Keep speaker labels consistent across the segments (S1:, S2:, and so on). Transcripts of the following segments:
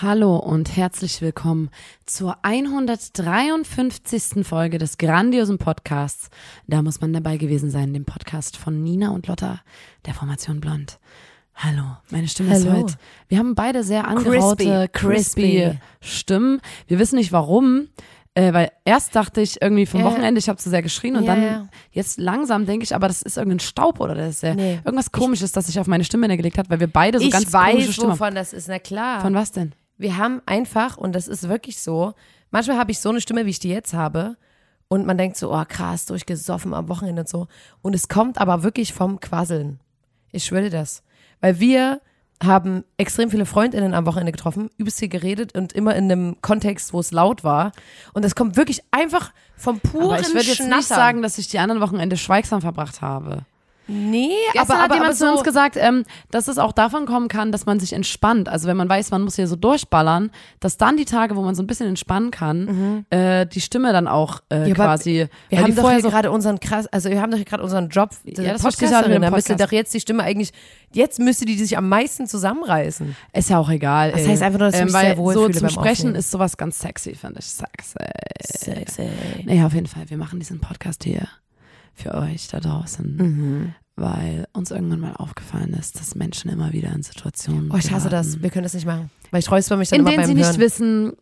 S1: Hallo und herzlich willkommen zur 153. Folge des grandiosen Podcasts. Da muss man dabei gewesen sein, dem Podcast von Nina und Lotta der Formation Blond. Hallo, meine Stimme ist
S2: Hallo.
S1: heute. Wir haben beide sehr angeraute,
S2: Crispy.
S1: crispy, Stimmen. Wir wissen nicht warum, äh, weil erst dachte ich irgendwie vom
S2: Ja, ja.
S1: Wochenende, ich habe zu sehr geschrien und
S2: Ja,
S1: dann
S2: ja.
S1: jetzt langsam denke ich, aber das ist irgendein Staub oder das ist ja
S2: Nee.
S1: irgendwas Komisches, das sich auf meine Stimme gelegt hat, weil wir beide so
S2: Ich
S1: Also ganz komische
S2: weiß,
S1: Stimmen haben.
S2: wovon das ist, na klar.
S1: Von was denn?
S2: Wir haben einfach, und das ist wirklich so, manchmal habe ich so eine Stimme, wie ich die jetzt habe. Und man denkt so, oh krass, durchgesoffen am Wochenende und so. Und es kommt aber wirklich vom Quasseln. Ich schwöre dir das. Weil wir haben extrem viele Freundinnen am Wochenende getroffen, übelst viel geredet und immer in einem Kontext, wo es laut war. Und das kommt wirklich einfach vom puren
S1: Aber ich würde jetzt
S2: Schnattern.
S1: nicht sagen, dass ich die anderen Wochenende schweigsam verbracht habe.
S2: nee,
S1: Gestern
S2: aber,
S1: hat
S2: aber,
S1: jemand
S2: aber so,
S1: zu uns gesagt, ähm, dass es auch davon kommen kann, dass man sich entspannt. Also wenn man weiß, man muss hier so durchballern, dass dann die Tage, wo man so ein bisschen entspannen kann, äh, die Stimme dann auch äh,
S2: Mhm. Ja, aber
S1: quasi.
S2: Wir
S1: weil
S2: haben
S1: die
S2: doch
S1: vorher
S2: hier
S1: so
S2: gerade unseren krass, also wir haben doch hier gerade unseren Job,
S1: Ja, das verstehe ich auch nicht mit
S2: Podcasterin,
S1: dem
S2: da müsste doch
S1: Podcast.
S2: jetzt die Stimme eigentlich, jetzt müsste die sich am meisten zusammenreißen.
S1: ist ja auch egal.
S2: Das
S1: ey.
S2: heißt einfach nur, dass ich mich
S1: weil
S2: sehr wohl
S1: so
S2: fühle
S1: zum
S2: beim
S1: Sprechen
S2: Aufnehmen.
S1: ist sowas ganz sexy, finde ich. Sexy.
S2: Äh,
S1: Naja, auf jeden Fall. Wir machen diesen Podcast hier für euch da draußen,
S2: Mhm.
S1: weil uns irgendwann mal aufgefallen ist, dass Menschen immer wieder in Situationen.
S2: Oh, ich hasse
S1: geraten,
S2: das. Wir können das nicht machen. Weil ich räusper mich dann
S1: in
S2: immer beim
S1: denen sie
S2: Hören. Mhm.
S1: nicht wissen,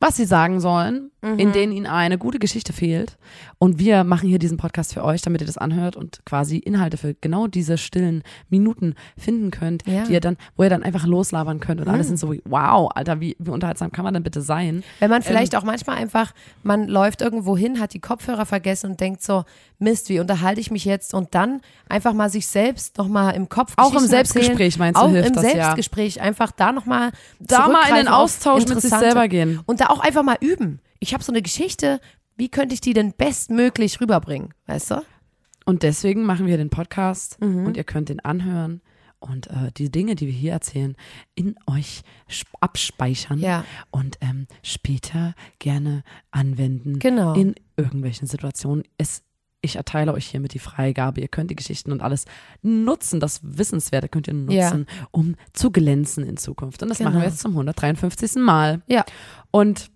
S1: was sie sagen sollen, in denen ihnen eine gute Geschichte fehlt. Und wir machen hier diesen Podcast für euch, damit ihr das anhört und quasi Inhalte für genau diese stillen Minuten finden könnt,
S2: Ja. Mhm.
S1: die ihr dann, wo ihr dann einfach loslabern könnt. Und alle sind so wie, wow, Alter, wie, wie unterhaltsam kann man denn bitte sein?
S2: Wenn man vielleicht auch manchmal einfach, man läuft irgendwo hin, hat die Kopfhörer vergessen und denkt so, Mist, wie unterhalte ich mich jetzt? Und dann einfach mal sich selbst nochmal im Kopf
S1: Auch im
S2: Geschichten
S1: Selbstgespräch,
S2: erzählen.
S1: meinst du,
S2: auch
S1: hilft
S2: im
S1: das, ja.
S2: Selbstgespräch einfach da nochmal
S1: Da mal in den
S2: zurückgreifen auf
S1: Austausch mit sich
S2: interessante-
S1: selber gehen.
S2: Und da auch einfach mal üben. Ich habe so eine Geschichte, wie könnte ich die denn bestmöglich rüberbringen, weißt du?
S1: Und deswegen machen wir den Podcast
S2: Mhm.
S1: und ihr könnt den anhören und äh, die Dinge, die wir hier erzählen, in euch sp- abspeichern
S2: Ja.
S1: und ähm, später gerne anwenden
S2: Genau.
S1: in irgendwelchen Situationen. Es, ich erteile euch hiermit die Freigabe. Ihr könnt die Geschichten und alles nutzen. Das Wissenswerte könnt ihr nutzen, um zu glänzen in Zukunft. Und das machen
S2: Genau.
S1: wir jetzt zum 153. Mal.
S2: Ja.
S1: Und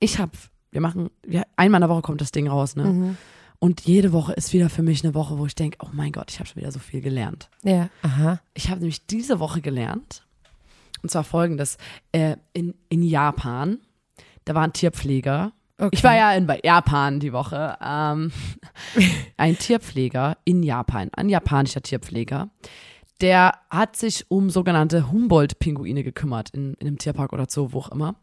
S1: ich habe, wir machen, ja, einmal in der Woche kommt das Ding raus, ne? Und jede Woche ist wieder für mich eine Woche, wo ich denke, oh mein Gott, ich habe schon wieder so viel gelernt.
S2: Ja. Aha.
S1: Ich habe nämlich diese Woche gelernt, und zwar folgendes, äh, in, in Japan, da waren Tierpfleger. Ich war ja in bei Japan die Woche. Ähm, ein Tierpfleger in Japan, ein japanischer Tierpfleger, der hat sich um sogenannte Humboldt-Pinguine gekümmert, in, in einem Tierpark oder Zoo, wo auch immer.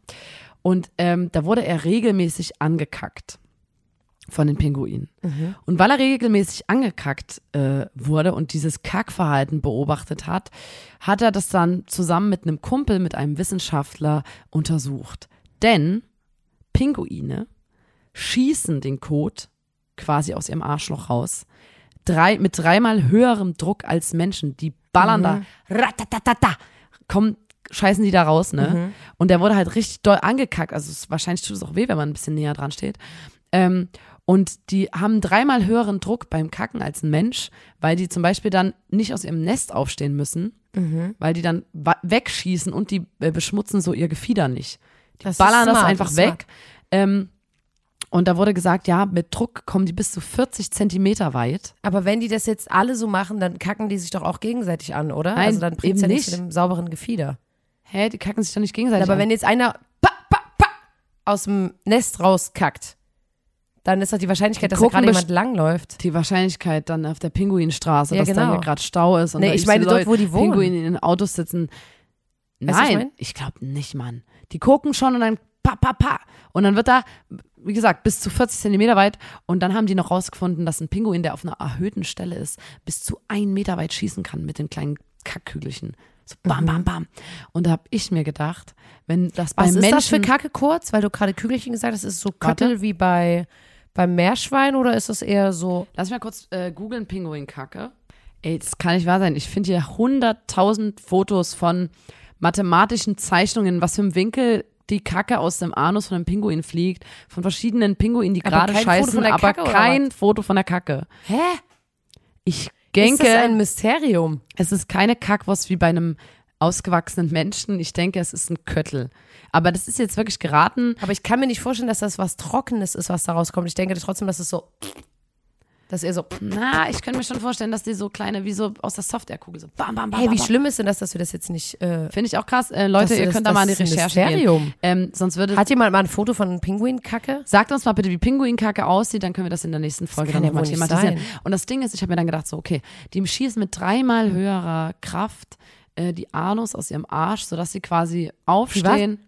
S1: Und ähm, da wurde er regelmäßig angekackt von den Pinguinen. Und weil er regelmäßig angekackt äh, wurde und dieses Kackverhalten beobachtet hat, hat er das dann zusammen mit einem Kumpel, mit einem Wissenschaftler untersucht. Denn Pinguine schießen den Kot quasi aus ihrem Arschloch raus. Drei, mit dreimal höherem Druck als Menschen. Die ballern
S2: Mhm.
S1: da, ratatatata, kommen, scheißen die da raus, ne?
S2: Mhm.
S1: Und der wurde halt richtig doll angekackt. Also es, wahrscheinlich tut es auch weh, wenn man ein bisschen näher dran steht. Ähm, und die haben dreimal höheren Druck beim Kacken als ein Mensch, weil die zum Beispiel dann nicht aus ihrem Nest aufstehen müssen,
S2: Mhm.
S1: weil die dann wa- wegschießen und die äh, beschmutzen so ihr Gefieder nicht. Die
S2: Das ist
S1: ballern das
S2: smart,
S1: einfach
S2: das ist
S1: weg. Ähm, und da wurde gesagt, ja, mit Druck kommen die bis zu 40 Zentimeter weit.
S2: Aber wenn die das jetzt alle so machen, dann kacken die sich doch auch gegenseitig an, oder?
S1: Nein,
S2: also dann bringt's ja
S1: eben
S2: nichts mit
S1: nicht.
S2: dem sauberen Gefieder.
S1: Hä, die kacken sich doch nicht gegenseitig.
S2: aber
S1: an.
S2: wenn jetzt einer pa, pa, pa, aus dem Nest rauskackt, dann ist doch die Wahrscheinlichkeit,
S1: Die
S2: dass da
S1: gucken
S2: gerade jemand
S1: best-
S2: langläuft.
S1: die Wahrscheinlichkeit dann auf der Pinguinstraße,
S2: Ja,
S1: dass da
S2: genau.
S1: hier gerade Stau ist und
S2: Nee,
S1: da
S2: ich
S1: übelste
S2: meine dort,
S1: Leute-
S2: wo die wohnen.
S1: Pinguine in den Autos sitzen.
S2: Weißt du, was ich
S1: Nein,
S2: mein?
S1: ich glaube nicht, Mann. Die gucken schon und dann pa, pa, pa. Und dann wird da, wie gesagt, bis zu 40 Zentimeter weit. Und dann haben die noch rausgefunden, dass ein Pinguin, der auf einer erhöhten Stelle ist, bis zu einen Meter weit schießen kann mit den kleinen Kackkügelchen. So bam, bam, bam. Und da habe ich mir gedacht, wenn das bei
S2: Mhm. Was ist
S1: Menschen.
S2: das für Kacke kurz? Weil du gerade Kügelchen gesagt hast, ist so
S1: Warte.
S2: Köttel wie bei beim Meerschwein oder ist das eher so
S1: Lass mal kurz äh, googeln, Pinguinkacke. Ey, das kann nicht wahr sein. Ich finde hier hunderttausend Fotos von mathematischen Zeichnungen, was für ein Winkel die Kacke aus dem Anus von einem Pinguin fliegt, von verschiedenen Pinguinen, die
S2: Aber
S1: gerade
S2: kein Foto
S1: scheißen,
S2: von der
S1: aber
S2: Kacke oder
S1: kein Foto von der Kacke.
S2: Hä? Ist
S1: Ich
S2: das ein
S1: denke,
S2: Mysterium?
S1: es ist keine Kackwurst wie bei einem ausgewachsenen Menschen. Ich denke, es ist ein Köttel. Aber das ist jetzt wirklich geraten.
S2: Aber ich kann mir nicht vorstellen, dass das was Trockenes ist, was da rauskommt. Ich denke trotzdem, dass es so dass ihr so
S1: Na, ich könnte mir schon vorstellen, dass die so kleine, wie so aus der Softwarekugel, so bam, bam, bam.
S2: Hey,
S1: bam,
S2: wie
S1: bam.
S2: schlimm ist denn das, dass wir das jetzt nicht äh,
S1: Finde ich auch krass. Äh, Leute,
S2: Das
S1: ihr
S2: ist-
S1: könnt da
S2: das
S1: mal in die
S2: ist ein
S1: Recherche
S2: Mysterium.
S1: gehen. Ähm, sonst würde.
S2: Hat jemand mal ein Foto von Pinguinkacke?
S1: sagt uns mal bitte, wie Pinguinkacke aussieht, dann können wir das in der nächsten Folge
S2: kann ja
S1: dann nochmal
S2: wohl nicht
S1: thematisieren.
S2: sein. Hm.
S1: Und das Ding ist, ich habe mir dann gedacht, so, okay, die schießen mit dreimal höherer Kraft äh, die Anus aus ihrem Arsch, sodass sie quasi aufstehen.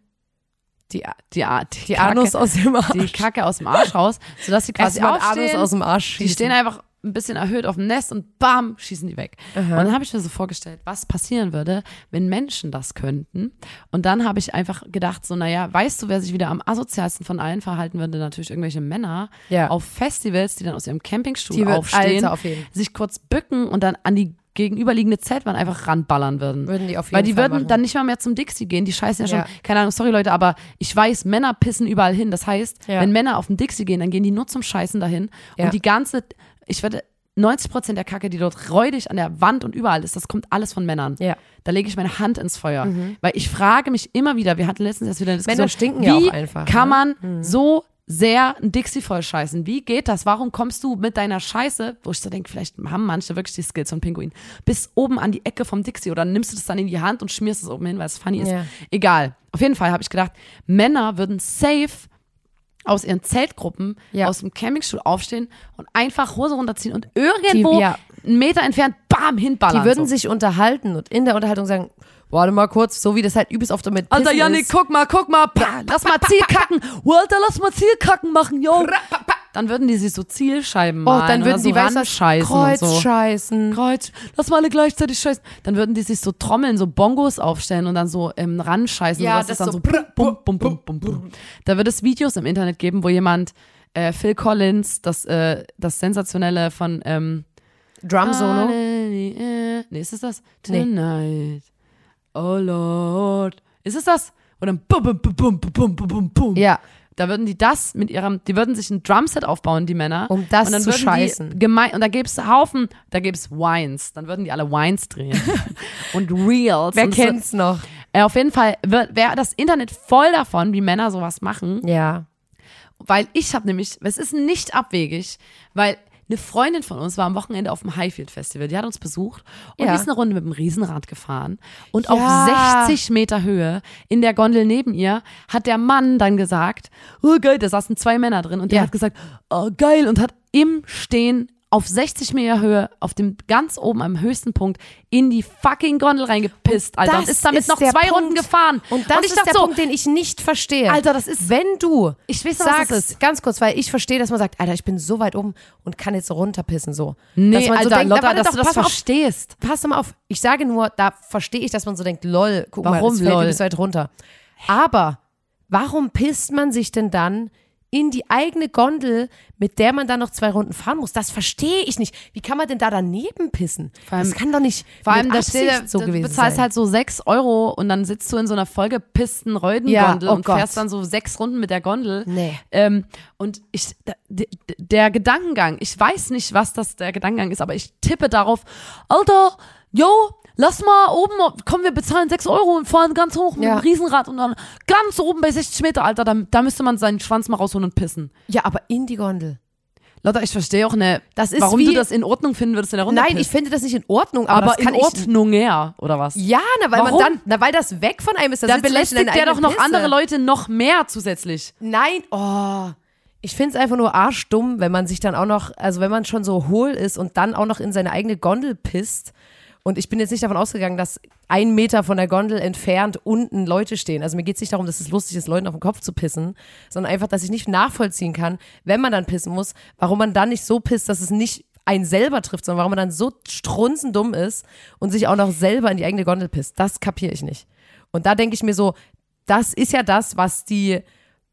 S1: Die, A- die, A- die, Kacke,
S2: aus dem Arsch.
S1: die Kacke aus dem Arsch raus, sodass sie quasi
S2: Erstmal
S1: aufstehen.
S2: Anus aus dem Arsch schießen.
S1: Die stehen einfach ein bisschen erhöht auf dem Nest und bam, schießen die weg. Und dann habe ich mir so vorgestellt, was passieren würde, wenn Menschen das könnten. Und dann habe ich einfach gedacht, so, naja, weißt du, wer sich wieder am asozialsten von allen verhalten würde? Natürlich irgendwelche Männer
S2: Ja.
S1: auf Festivals, die dann aus ihrem Campingstuhl
S2: Die wür-
S1: aufstehen,
S2: Alter, auf jeden.
S1: sich kurz bücken und dann an die gegenüberliegende Zeltwand einfach ranballern würden.
S2: Würden die auf jeden
S1: Weil die
S2: Fall
S1: würden
S2: machen.
S1: dann nicht mal mehr zum Dixie gehen, die scheißen ja schon,
S2: Ja.
S1: keine Ahnung, sorry Leute, aber ich weiß, Männer pissen überall hin. Das heißt,
S2: Ja.
S1: wenn Männer auf den Dixie gehen, dann gehen die nur zum Scheißen dahin.
S2: Ja.
S1: Und die ganze, ich werde 90 Prozent der Kacke, die dort räudig an der Wand und überall ist, das kommt alles von Männern.
S2: Ja.
S1: Da lege ich meine Hand ins Feuer. Weil ich frage mich immer wieder, wir hatten letztens erst wieder eine Diskussion.
S2: Mhm. Männer stinken
S1: wie
S2: ja auch einfach,
S1: kann
S2: ne?
S1: man so sehr ein Dixie voll scheißen? Wie geht das? Warum kommst du mit deiner Scheiße, wo ich so denke, vielleicht haben manche wirklich die Skills von Pinguin, bis oben an die Ecke vom Dixie oder nimmst du das dann in die Hand und schmierst es oben hin, weil es funny ist.
S2: Ja.
S1: Egal. Auf jeden Fall habe ich gedacht, Männer würden safe aus ihren Zeltgruppen
S2: Ja.
S1: aus dem Campingstuhl aufstehen und einfach Hose runterziehen und irgendwo
S2: Die- ja.
S1: einen Meter entfernt, bam, hinballern.
S2: Die würden
S1: so.
S2: sich unterhalten und in der Unterhaltung sagen, warte mal kurz, so wie das halt übelst oft damit
S1: Alter,
S2: Pissen
S1: Janik,
S2: ist.
S1: guck mal, guck mal, pa, lass mal Zielkacken. Walter, lass mal Zielkacken machen, yo. Dann würden die sich so Zielscheiben
S2: Oh,
S1: malen
S2: dann
S1: oder
S2: würden
S1: so
S2: die weiß was
S1: ranscheißen
S2: Kreuz
S1: und so.
S2: scheißen.
S1: Kreuz, lass mal alle gleichzeitig scheißen. Dann würden die sich so Trommeln, so Bongos aufstellen und dann so ähm, ranscheißen.
S2: Ja,
S1: sodass
S2: das
S1: es dann
S2: so
S1: bum, bum, bum, bum, bum. Da wird es Videos im Internet geben, wo jemand äh, Phil Collins, das, äh, das sensationelle von ähm,
S2: Drum Solo.
S1: Nee, ist es das?
S2: Nee.
S1: Tonight. Oh Lord. Ist es das? Und dann bum, bum, bum, bum, bum, bum, bum, bum.
S2: Ja.
S1: Da würden die das mit ihrem, die würden sich ein Drumset aufbauen, die Männer.
S2: Um das
S1: und dann
S2: zu
S1: würden die
S2: scheißen.
S1: Gemein, und da gäbe es Haufen, da gäbe es Wines. Dann würden die alle Wines drehen. und Reels.
S2: Wer
S1: und
S2: kennt's noch?
S1: So. Äh, auf jeden Fall wird- wäre das Internet voll davon, wie Männer sowas machen
S2: Ja.
S1: weil ich habe nämlich, es ist nicht abwegig, weil eine Freundin von uns war am Wochenende auf dem Highfield Festival, die hat uns besucht und
S2: Ja.
S1: die ist eine Runde mit dem Riesenrad gefahren und
S2: Ja.
S1: auf 60 Meter Höhe in der Gondel neben ihr hat der Mann dann gesagt, oh geil, da saßen zwei Männer drin und der
S2: Ja.
S1: hat gesagt, oh geil und hat im Stehen auf 60 Meter Höhe, auf dem ganz oben am höchsten Punkt, in die fucking Gondel reingepisst, Alter. Und
S2: Das
S1: ist damit
S2: ist
S1: noch zwei
S2: der Punkt.
S1: Runden gefahren.
S2: Und das
S1: ich
S2: ist
S1: dachte
S2: der
S1: so,
S2: Punkt, den ich nicht verstehe.
S1: Alter, das ist-
S2: Wenn du
S1: Ich weiß, was das
S2: sagst,
S1: ist.
S2: ganz kurz, weil ich verstehe, dass man sagt, Alter, ich bin so weit oben und kann jetzt so runterpissen, so.
S1: Nee,
S2: dass
S1: also
S2: man
S1: Alter,
S2: so denkt,
S1: Lotta,
S2: na, warte
S1: dass
S2: doch,
S1: du das
S2: pass mal auf,
S1: verstehst.
S2: pass doch mal auf, ich sage nur, da verstehe ich, dass man so denkt, lol, guck mal,
S1: Warum
S2: das fällt
S1: lol?
S2: übelst weit runter. Aber warum pisst man sich denn dann in die eigene Gondel, mit der man dann noch zwei Runden fahren muss? Das verstehe ich nicht. Wie kann man denn da daneben pissen?
S1: Vor allem-
S2: das kann doch nicht
S1: Vor allem,
S2: mit
S1: da steht,
S2: Absicht so
S1: du
S2: gewesen
S1: bezahlst
S2: sein.
S1: halt so 6 Euro und dann sitzt du in so einer vollgepissten Reudengondel
S2: Ja, oh
S1: und
S2: Gott.
S1: fährst dann so sechs Runden mit der Gondel.
S2: Nee.
S1: Ähm, und ich, da- d- d- der Gedankengang, ich weiß nicht, was das der Gedankengang ist, aber ich tippe darauf, Alter, yo, lass mal oben, komm, wir bezahlen 6 Euro und fahren ganz hoch mit
S2: Ja.
S1: dem Riesenrad und dann ganz oben bei 60 Meter, Alter, da, da müsste man seinen Schwanz mal rausholen und pissen.
S2: Ja, aber in die Gondel.
S1: Lotta, ich verstehe auch ne,
S2: Das ist
S1: warum
S2: wie-
S1: du das in Ordnung finden würdest in der Runde
S2: Nein, ich
S1: pissen.
S2: finde das nicht in Ordnung, aber,
S1: aber
S2: das kann
S1: in Ordnung her, oder was?
S2: ich. Ja, na, weil
S1: Warum?
S2: man dann, na, weil das weg von einem ist. Da
S1: dann
S2: sitzt man in
S1: belästigt
S2: deiner
S1: der doch
S2: eigenen
S1: noch
S2: Pisse.
S1: andere Leute noch mehr zusätzlich.
S2: Nein, oh. Ich finde es einfach nur arschdumm, wenn man sich dann auch noch, also wenn man schon so hohl ist und dann auch noch in seine eigene Gondel pisst. Und ich bin jetzt nicht davon ausgegangen, dass ein Meter von der Gondel entfernt unten Leute stehen. Also mir geht es nicht darum, dass es lustig ist, Leuten auf den Kopf zu pissen, sondern einfach, dass ich nicht nachvollziehen kann, wenn man dann pissen muss, warum man dann nicht so pisst, dass es nicht einen selber trifft, sondern warum man dann so strunzendumm ist und sich auch noch selber in die eigene Gondel pisst. Das kapiere ich nicht. Und da denke ich mir so, das ist ja das, was die,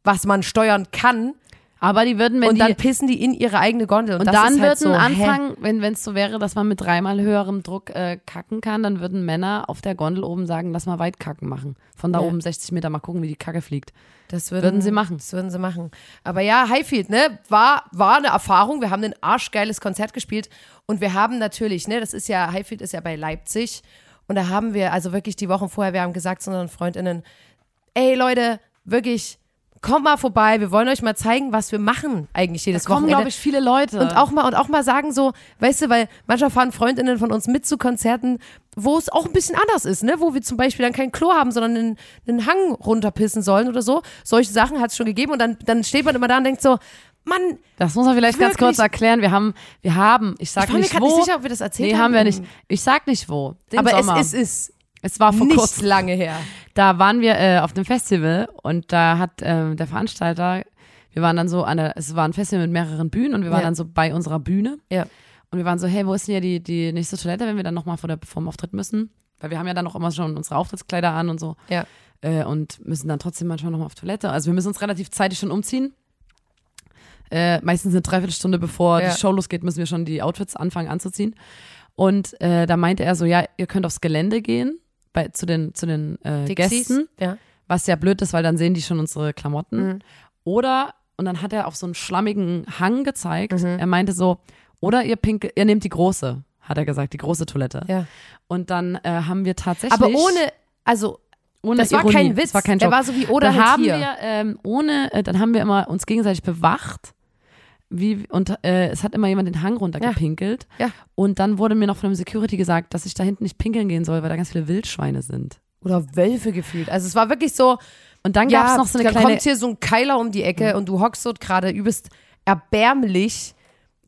S2: was man steuern kann.
S1: Aber die würden, wenn
S2: Und
S1: die,
S2: dann pissen die in ihre eigene Gondel. Und,
S1: und
S2: das
S1: dann
S2: ist halt so,
S1: würden
S2: hä?
S1: anfangen, wenn es so wäre, dass man mit dreimal höherem Druck äh, kacken kann, dann würden Männer auf der Gondel oben sagen, lass mal weit kacken machen. Von da
S2: Ja.
S1: oben 60 Meter mal gucken, wie die Kacke fliegt.
S2: Das
S1: Würden sie machen.
S2: Das würden sie machen. Aber ja, Highfield, ne, war, war eine Erfahrung. Wir haben ein arschgeiles Konzert gespielt und wir haben natürlich, ne, das ist ja, Highfield ist ja bei Leipzig und da haben wir, also wirklich die Wochen vorher, wir haben gesagt zu unseren FreundInnen, ey Leute, wirklich, kommt mal vorbei, wir wollen euch mal zeigen, was wir machen eigentlich jedes
S1: Kommen,
S2: Wochenende.
S1: glaube ich, viele Leute.
S2: Und auch mal und auch mal sagen so, weißt du, weil manchmal fahren Freundinnen von uns mit zu Konzerten, wo es auch ein bisschen anders ist, ne? Wo wir zum Beispiel dann kein Klo haben, sondern einen, einen Hang runterpissen sollen oder so. Solche Sachen hat es schon gegeben und dann, dann steht man immer da und denkt so, Mann,
S1: Das muss man vielleicht ganz
S2: Wirklich?
S1: kurz erklären. Wir haben, wir haben, ich sag
S2: ich war mir
S1: nicht
S2: gerade
S1: wo.
S2: nicht sicher, ob wir das erzählt
S1: nee, haben
S2: haben. Mhm.
S1: wir nicht. Ich sag nicht wo. Den
S2: Aber
S1: Sommer.
S2: es ist,
S1: es war
S2: es
S1: vor
S2: nicht
S1: kurzem.
S2: lange her.
S1: Da waren wir äh, auf dem Festival und da hat ähm, der Veranstalter, wir waren dann so an der, es war ein Festival mit mehreren Bühnen und wir waren
S2: Ja.
S1: dann so bei unserer Bühne
S2: Ja.
S1: und wir waren so, hey, wo ist denn hier die, die nächste Toilette, wenn wir dann nochmal vor der vor dem Auftritt müssen? Weil wir haben ja dann auch immer schon unsere Auftrittskleider an und so
S2: Ja.
S1: äh, und müssen dann trotzdem manchmal nochmal auf Toilette. Also wir müssen uns relativ zeitig schon umziehen. Äh, meistens eine Dreiviertelstunde bevor
S2: Ja.
S1: die Show losgeht, müssen wir schon die Outfits anfangen anzuziehen. Und äh, da meinte er so, ja, ihr könnt aufs Gelände gehen bei, zu den, zu den äh,
S2: Dixies.
S1: Gästen
S2: Ja.
S1: was ja blöd ist, weil dann sehen die schon unsere Klamotten.
S2: Mhm.
S1: Oder, und dann hat er auf so einen schlammigen Hang gezeigt.
S2: Mhm.
S1: Er meinte so, oder ihr pink, ihr nehmt die große, hat er gesagt, die große Toilette.
S2: Ja.
S1: Und dann äh, haben wir tatsächlich.
S2: Aber ohne, also,
S1: ohne
S2: das war
S1: Ironie,
S2: kein Witz.
S1: Das war kein
S2: Der
S1: Joke.
S2: war so wie, oder
S1: dann
S2: halt
S1: haben
S2: hier.
S1: wir ähm, ohne, äh, dann haben wir immer uns gegenseitig bewacht. Wie, und äh, es hat immer jemand den Hang runtergepinkelt.
S2: Ja.
S1: Und dann wurde mir noch von einem Security gesagt, dass ich da hinten nicht pinkeln gehen soll, weil da ganz viele Wildschweine sind.
S2: oder Wölfe gefühlt. Also es war wirklich so,
S1: Und dann gab
S2: ja,
S1: es noch so eine
S2: dann
S1: kleine
S2: kommt hier so ein Keiler um die Ecke und du hockst dort gerade übelst erbärmlich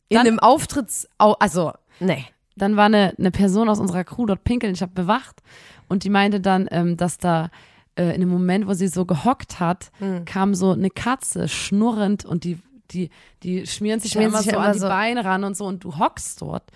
S2: in
S1: Dann-
S2: einem Auftritts... au- Also, nee.
S1: dann war eine, eine Person aus unserer Crew dort pinkeln, ich habe bewacht und die meinte dann, ähm, dass da äh, in dem Moment, wo sie so gehockt hat,
S2: Hm.
S1: kam so eine Katze schnurrend und die die, die schmieren sich
S2: Schmieren
S1: ja immer
S2: sich ja
S1: so
S2: immer
S1: an die
S2: so.
S1: Beine ran und so und du hockst dort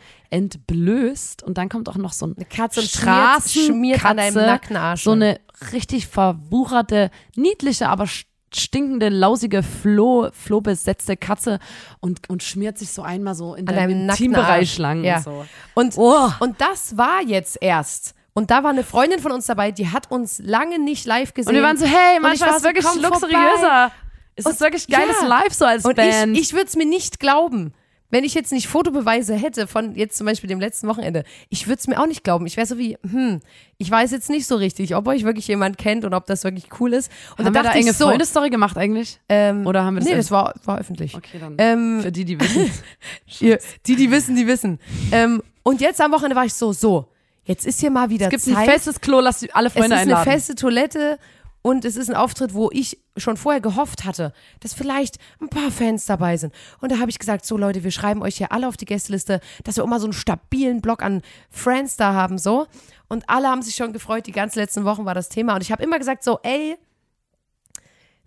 S1: entblößt und dann kommt auch noch so ein eine
S2: Katze und schmiert- schmiert an deinem nackten Arsch
S1: so
S2: rum.
S1: eine richtig verwucherte, niedliche, aber sch- stinkende, lausige, floh, flohbesetzte Katze und, und schmiert sich so einmal so in
S2: An deinem
S1: deinem
S2: nackten Arsch.
S1: Intimbereich lang
S2: Ja.
S1: und so.
S2: Und,
S1: Oh.
S2: und das war jetzt erst. Und da war eine Freundin von uns dabei, die hat uns lange nicht live gesehen.
S1: Und wir waren so, hey,
S2: Und
S1: Mann,
S2: ich
S1: ich
S2: war
S1: war
S2: so,
S1: wirklich
S2: komm
S1: luxuriöser. Es ist wirklich geiles
S2: ja.
S1: Live so als
S2: Und
S1: Band.
S2: ich, ich würde es mir nicht glauben, wenn ich jetzt nicht Fotobeweise hätte von jetzt zum Beispiel dem letzten Wochenende. Ich würde es mir auch nicht glauben. Ich wäre so wie, hm, ich weiß jetzt nicht so richtig, ob euch wirklich jemand kennt und ob das wirklich cool ist. Und
S1: haben
S2: da
S1: wir da
S2: dachte
S1: enge
S2: ich so,
S1: Freundestory gemacht eigentlich?
S2: ähm,
S1: Oder haben wir das?
S2: nee,
S1: erst-
S2: das war, war öffentlich.
S1: okay, dann.
S2: Ähm,
S1: für die, die wissen.
S2: Ihr, die, die wissen, die wissen. Ähm, und jetzt am Wochenende war ich so, so, jetzt ist hier mal wieder
S1: Es gibt
S2: Zeit.
S1: ein festes Klo, lass die- alle
S2: es ist
S1: Freunde
S2: eine
S1: einladen.
S2: feste Toilette und es ist ein Auftritt, wo ich schon vorher gehofft hatte, dass vielleicht ein paar Fans dabei sind. Und da habe ich gesagt, so Leute, wir schreiben euch hier alle auf die Gästeliste, dass wir auch mal so einen stabilen Block an Friends da haben, so. Und alle haben sich schon gefreut, die ganzen letzten Wochen war das Thema. Und ich habe immer gesagt, so, ey,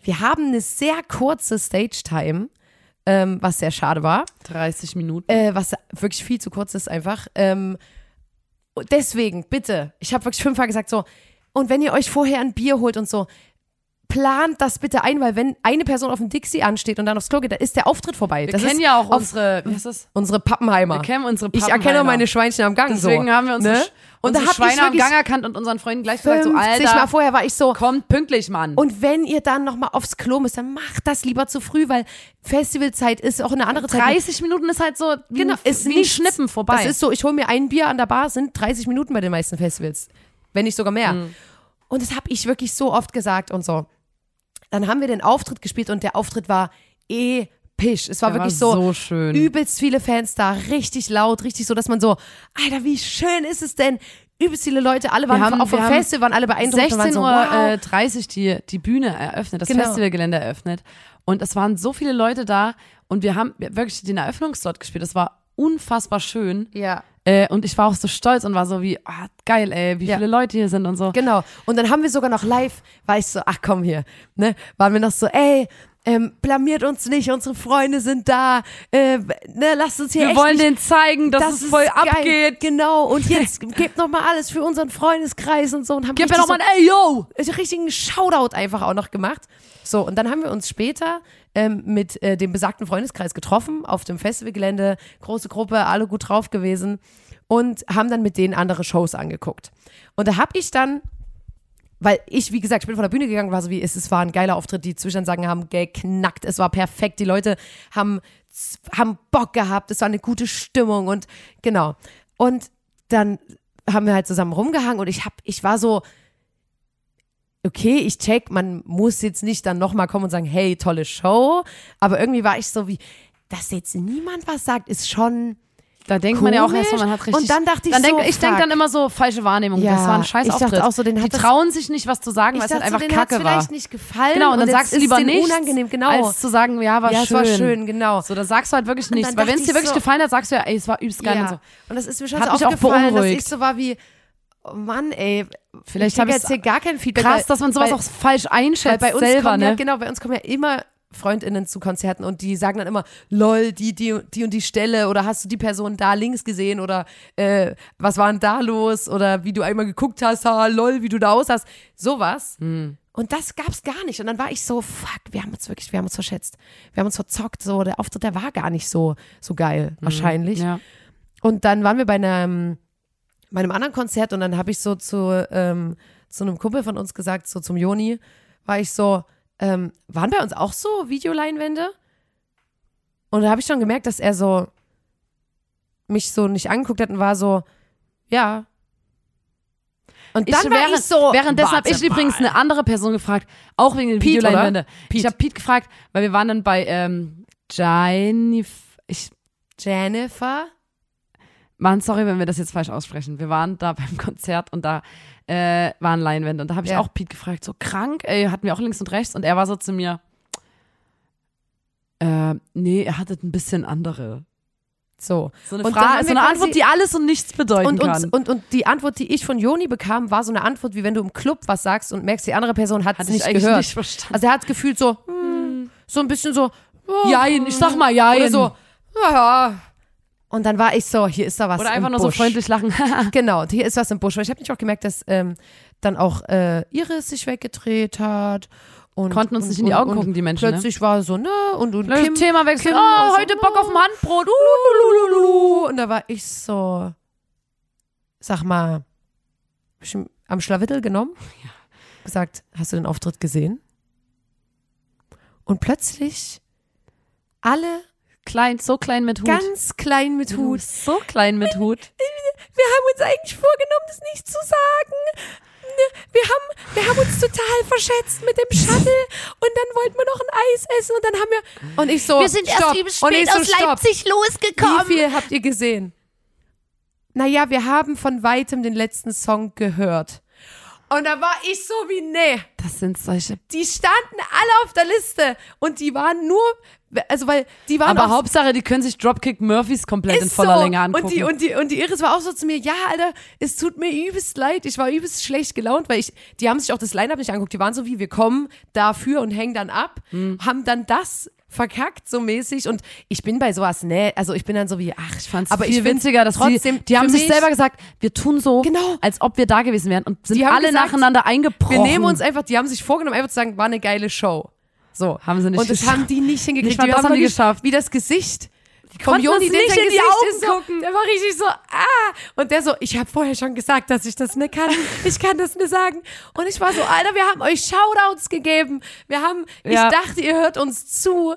S2: wir haben eine sehr kurze Stage-Time, ähm, was sehr schade war
S1: 30 Minuten.
S2: äh, was wirklich viel zu kurz ist einfach. Ähm, und deswegen, bitte, ich habe wirklich fünfmal gesagt so, und wenn ihr euch vorher ein Bier holt und so, plant das bitte ein, weil wenn eine Person auf dem Dixie ansteht und dann aufs Klo geht, dann ist der Auftritt vorbei.
S1: wir
S2: das
S1: kennen
S2: ist
S1: ja auch
S2: auf-
S1: unsere, wie heißt das?
S2: unsere Pappenheimer.
S1: Wir kennen unsere
S2: Ich erkenne
S1: Pappenheimer.
S2: meine Schweinchen am Gang so.
S1: Deswegen haben wir unsere,
S2: ne?
S1: Sch-
S2: Und da
S1: unsere
S2: hab ich
S1: Schweine am
S2: wirklich
S1: Gang erkannt und unseren Freunden gleich gesagt, so
S2: 50 Mal
S1: Alter,
S2: vorher war ich so,
S1: kommt pünktlich, Mann.
S2: und wenn ihr dann nochmal aufs Klo müsst, dann macht das lieber zu früh, weil Festivalzeit ist auch eine andere Zeit.
S1: 30 Minuten ist halt so wie,
S2: Genau,
S1: ein, wie ein
S2: nichts.
S1: Schnippen vorbei.
S2: Das ist so, ich hole mir ein Bier an der Bar, sind 30 Minuten bei den meisten Festivals, wenn nicht sogar mehr.
S1: Mhm.
S2: Und das habe ich wirklich so oft gesagt und so. Dann haben wir den Auftritt gespielt und der Auftritt war episch. Es war
S1: Der
S2: wirklich
S1: war
S2: so,
S1: so schön.
S2: übelst viele Fans da, richtig laut, richtig so, dass man so, Alter, wie schön ist es denn? Übelst viele Leute, alle waren
S1: haben-
S2: auch vom
S1: wir haben
S2: Festival, waren alle beeindruckt.
S1: 16.30
S2: und waren so,
S1: Uhr
S2: wow.
S1: äh, 30 die, die Bühne eröffnet, das
S2: Genau.
S1: Festivalgelände eröffnet. Und es waren so viele Leute da und wir haben wirklich den Eröffnungslot gespielt. Das war unfassbar schön.
S2: ja.
S1: Äh, und ich war auch so stolz und war so wie, ah, geil, ey, wie
S2: Ja.
S1: viele Leute hier sind und so.
S2: Genau. Und dann haben wir sogar noch live, war ich so, ach komm hier, ne, waren wir noch so, ey, ähm, blamiert uns nicht, unsere Freunde sind da, äh, ne, lasst uns hier
S1: Wir
S2: echt
S1: wollen
S2: nicht
S1: denen zeigen, dass es voll
S2: ist geil.
S1: abgeht.
S2: Genau, und jetzt gebt nochmal alles für unseren Freundeskreis und so. Und haben
S1: Gib mir
S2: richtig
S1: doch mal ein Ey, yo!
S2: so, einen richtigen Shoutout einfach auch noch gemacht. So, und dann haben wir uns später ähm, mit äh, dem besagten Freundeskreis getroffen auf dem Festivalgelände. Große Gruppe, alle gut drauf gewesen. Und haben dann mit denen andere Shows angeguckt. Und da hab ich dann weil ich, wie gesagt, ich bin von der Bühne gegangen, war so wie, es, es war ein geiler Auftritt, die Zustandssagen haben geknackt, es war perfekt, die Leute haben, z- haben Bock gehabt, es war eine gute Stimmung und genau. Und dann haben wir halt zusammen rumgehangen und ich hab, ich war so, okay, ich check, man muss jetzt nicht dann nochmal kommen und sagen, hey, tolle Show, aber irgendwie war ich so wie, dass jetzt niemand was sagt, ist schon,
S1: Da denkt
S2: man
S1: man
S2: ja
S1: ja
S2: auch
S1: auch
S2: Komisch.
S1: erstmal, man hat richtig.
S2: Und dann dachte ich
S1: dann denk,
S2: so,
S1: Ich denke
S2: fuck.
S1: dann immer so, falsche Wahrnehmung.
S2: Ja,
S1: das war ein scheiß
S2: ich dachte
S1: Auftritt.
S2: auch so, den hat
S1: Die
S2: das-
S1: trauen sich nicht, was zu sagen, weil es halt
S2: dachte so,
S1: einfach
S2: denen hat's
S1: kacke war.
S2: vielleicht nicht gefallen
S1: Genau, und dann
S2: jetzt
S1: sagst du
S2: ist
S1: lieber
S2: denen
S1: nichts,
S2: unangenehm, genau.
S1: als zu sagen, ja, war
S2: ja,
S1: schön.
S2: es war schön, genau.
S1: So, da sagst du halt wirklich nichts.
S2: dann
S1: Weil wenn
S2: dachte ich
S1: es dir wirklich
S2: so-
S1: gefallen hat, sagst du ja, ey, es war übelst geil
S2: ja.
S1: und so.
S2: Und das ist mir schon
S1: Hat
S2: so
S1: mich auch
S2: aufgefallen, dass
S1: beruhigt.
S2: ich so war wie, oh Mann, ey,
S1: Vielleicht
S2: ich
S1: hab
S2: krieg jetzt
S1: ich's-
S2: hier gar kein Feedback.
S1: Krass,
S2: weil-
S1: dass man sowas
S2: weil-
S1: auch falsch
S2: weil
S1: einschätzt
S2: bei uns
S1: selber,
S2: kommen ja,
S1: ne?
S2: genau, bei uns kommen ja immer Freundinnen zu Konzerten und die sagen dann immer, lol, die, die, die und die Stelle oder hast du die Person da links gesehen oder äh, was war denn da los oder wie du einmal geguckt hast, ha, lol, wie du da aussahst, sowas.
S1: Hm.
S2: Und das gab's gar nicht. Und dann war ich so, fuck, wir haben uns wirklich, wir haben uns verschätzt. Wir haben uns verzockt, so, der Auftritt, der war gar nicht so, so geil, wahrscheinlich.
S1: Hm. Ja.
S2: Und dann waren wir bei einem, bei einem anderen Konzert und dann habe ich so zu, ähm, zu einem Kumpel von uns gesagt, so zum Joni, war ich so, ähm, waren bei uns auch so Videoleinwände? Und da habe ich schon gemerkt, dass er so mich so nicht angeguckt hat und war so, ja. Und
S1: Ich
S2: dann war
S1: während-
S2: ich so,
S1: Währenddessen habe ich
S2: warte
S1: übrigens ne-
S2: mal.
S1: eine andere Person gefragt, auch wegen den
S2: Pete,
S1: Videoleinwände.
S2: Pete.
S1: Ich habe Pete gefragt, weil wir waren dann bei ähm, Jennifer. Ich,
S2: Jennifer?
S1: Mann, sorry, wenn wir das jetzt falsch aussprechen. Wir waren da beim Konzert und da äh, waren Leinwände. Und da habe ich
S2: Ja.
S1: auch Pete gefragt, so krank, ey, hatten wir auch links und rechts. Und er war so zu mir, äh, nee, er hatte ein bisschen andere.
S2: So.
S1: So eine,
S2: Und dann haben
S1: Frage, so
S2: wir
S1: eine
S2: quasi-
S1: Antwort, die alles und nichts bedeuten
S2: und,
S1: kann.
S2: und, und, und die Antwort, die ich von Joni bekam, war so eine Antwort, wie wenn du im Club was sagst und merkst, die andere Person hat es
S1: Hatte ich
S2: nicht
S1: eigentlich
S2: gehört.
S1: nicht verstanden.
S2: Also er hat gefühlt so, hm, so ein bisschen so, oh,
S1: Also, Jein, ich sag mal Jein.
S2: oder so, ja. Und dann war ich so, hier ist da was
S1: Oder einfach
S2: im
S1: nur
S2: Busch.
S1: so freundlich lachen.
S2: Genau, hier ist was im Busch. Weil ich habe nicht auch gemerkt, dass ähm, dann auch äh, Iris sich weggedreht hat. Und,
S1: Konnten uns
S2: und,
S1: nicht in die
S2: und-
S1: Augen
S2: und
S1: gucken, die Menschen, ne?
S2: Plötzlich war so, ne? Und, und Kim,
S1: Themawechsel.
S2: Kim
S1: oh,
S2: war so,
S1: heute Bock auf ein Handbrot. Uh.
S2: Lulululu. Und da war ich so, sag mal, hab ich ihn am Schlawittel genommen, gesagt, hast du den Auftritt gesehen? Und plötzlich alle
S1: Klein, so klein mit Hut.
S2: ganz klein mit Hut.
S1: So klein mit Hut.
S2: Wir haben uns eigentlich vorgenommen, das nicht zu sagen. Wir haben, wir haben uns total verschätzt mit dem Shuttle und dann wollten wir noch ein Eis essen und dann haben wir und ich so
S3: Wir sind
S2: stopp.
S3: erst übel
S2: und ich
S3: spät
S2: so,
S3: aus
S2: stopp.
S3: Leipzig losgekommen.
S2: Wie viel habt ihr gesehen? Naja, wir haben von weitem den letzten Song gehört. Und da war ich so wie, nee,
S1: Das sind solche.
S2: die standen alle auf der Liste. Und die waren nur, also weil, die waren
S1: Aber
S2: auch
S1: Hauptsache, die können sich Dropkick Murphys komplett in
S2: ist
S1: voller
S2: so.
S1: Länge angucken.
S2: Und die, und, die, und die Iris war auch so zu mir, ja, Alter, es tut mir übelst leid. Ich war übelst schlecht gelaunt, weil ich, die haben sich auch das Line-Up nicht angeguckt. Die waren so wie, wir kommen dafür und hängen dann ab,
S1: Hm.
S2: haben dann das verkackt, so mäßig. Und ich bin bei sowas, ne, also ich bin dann so wie, ach, ich
S1: fand's
S2: fand's aber
S1: viel
S2: ich find
S1: winziger, dass
S2: trotzdem
S1: die, die haben
S2: für
S1: sich
S2: mich-
S1: selber gesagt, wir tun so,
S2: Genau.
S1: als ob wir da gewesen wären und sind
S2: Die haben
S1: alle
S2: gesagt,
S1: nacheinander eingebrochen.
S2: Wir nehmen uns einfach, die haben sich vorgenommen, einfach zu sagen, war eine geile Show. So.
S1: Haben sie nicht
S2: Und das
S1: geschafft.
S2: haben die nicht hingekriegt.
S1: Nicht mal
S2: die
S1: das haben die
S2: wirklich
S1: geschafft.
S2: Wie das Gesicht. Die
S1: konnten uns nicht in die Augen gucken.
S2: So, der war richtig so, ah. Und der so, ich habe vorher schon gesagt, dass ich das nicht kann. Ich kann das nicht sagen. Und ich war so, Alter, wir haben euch Shoutouts gegeben. Wir haben,
S1: Ja.
S2: ich dachte, ihr hört uns zu.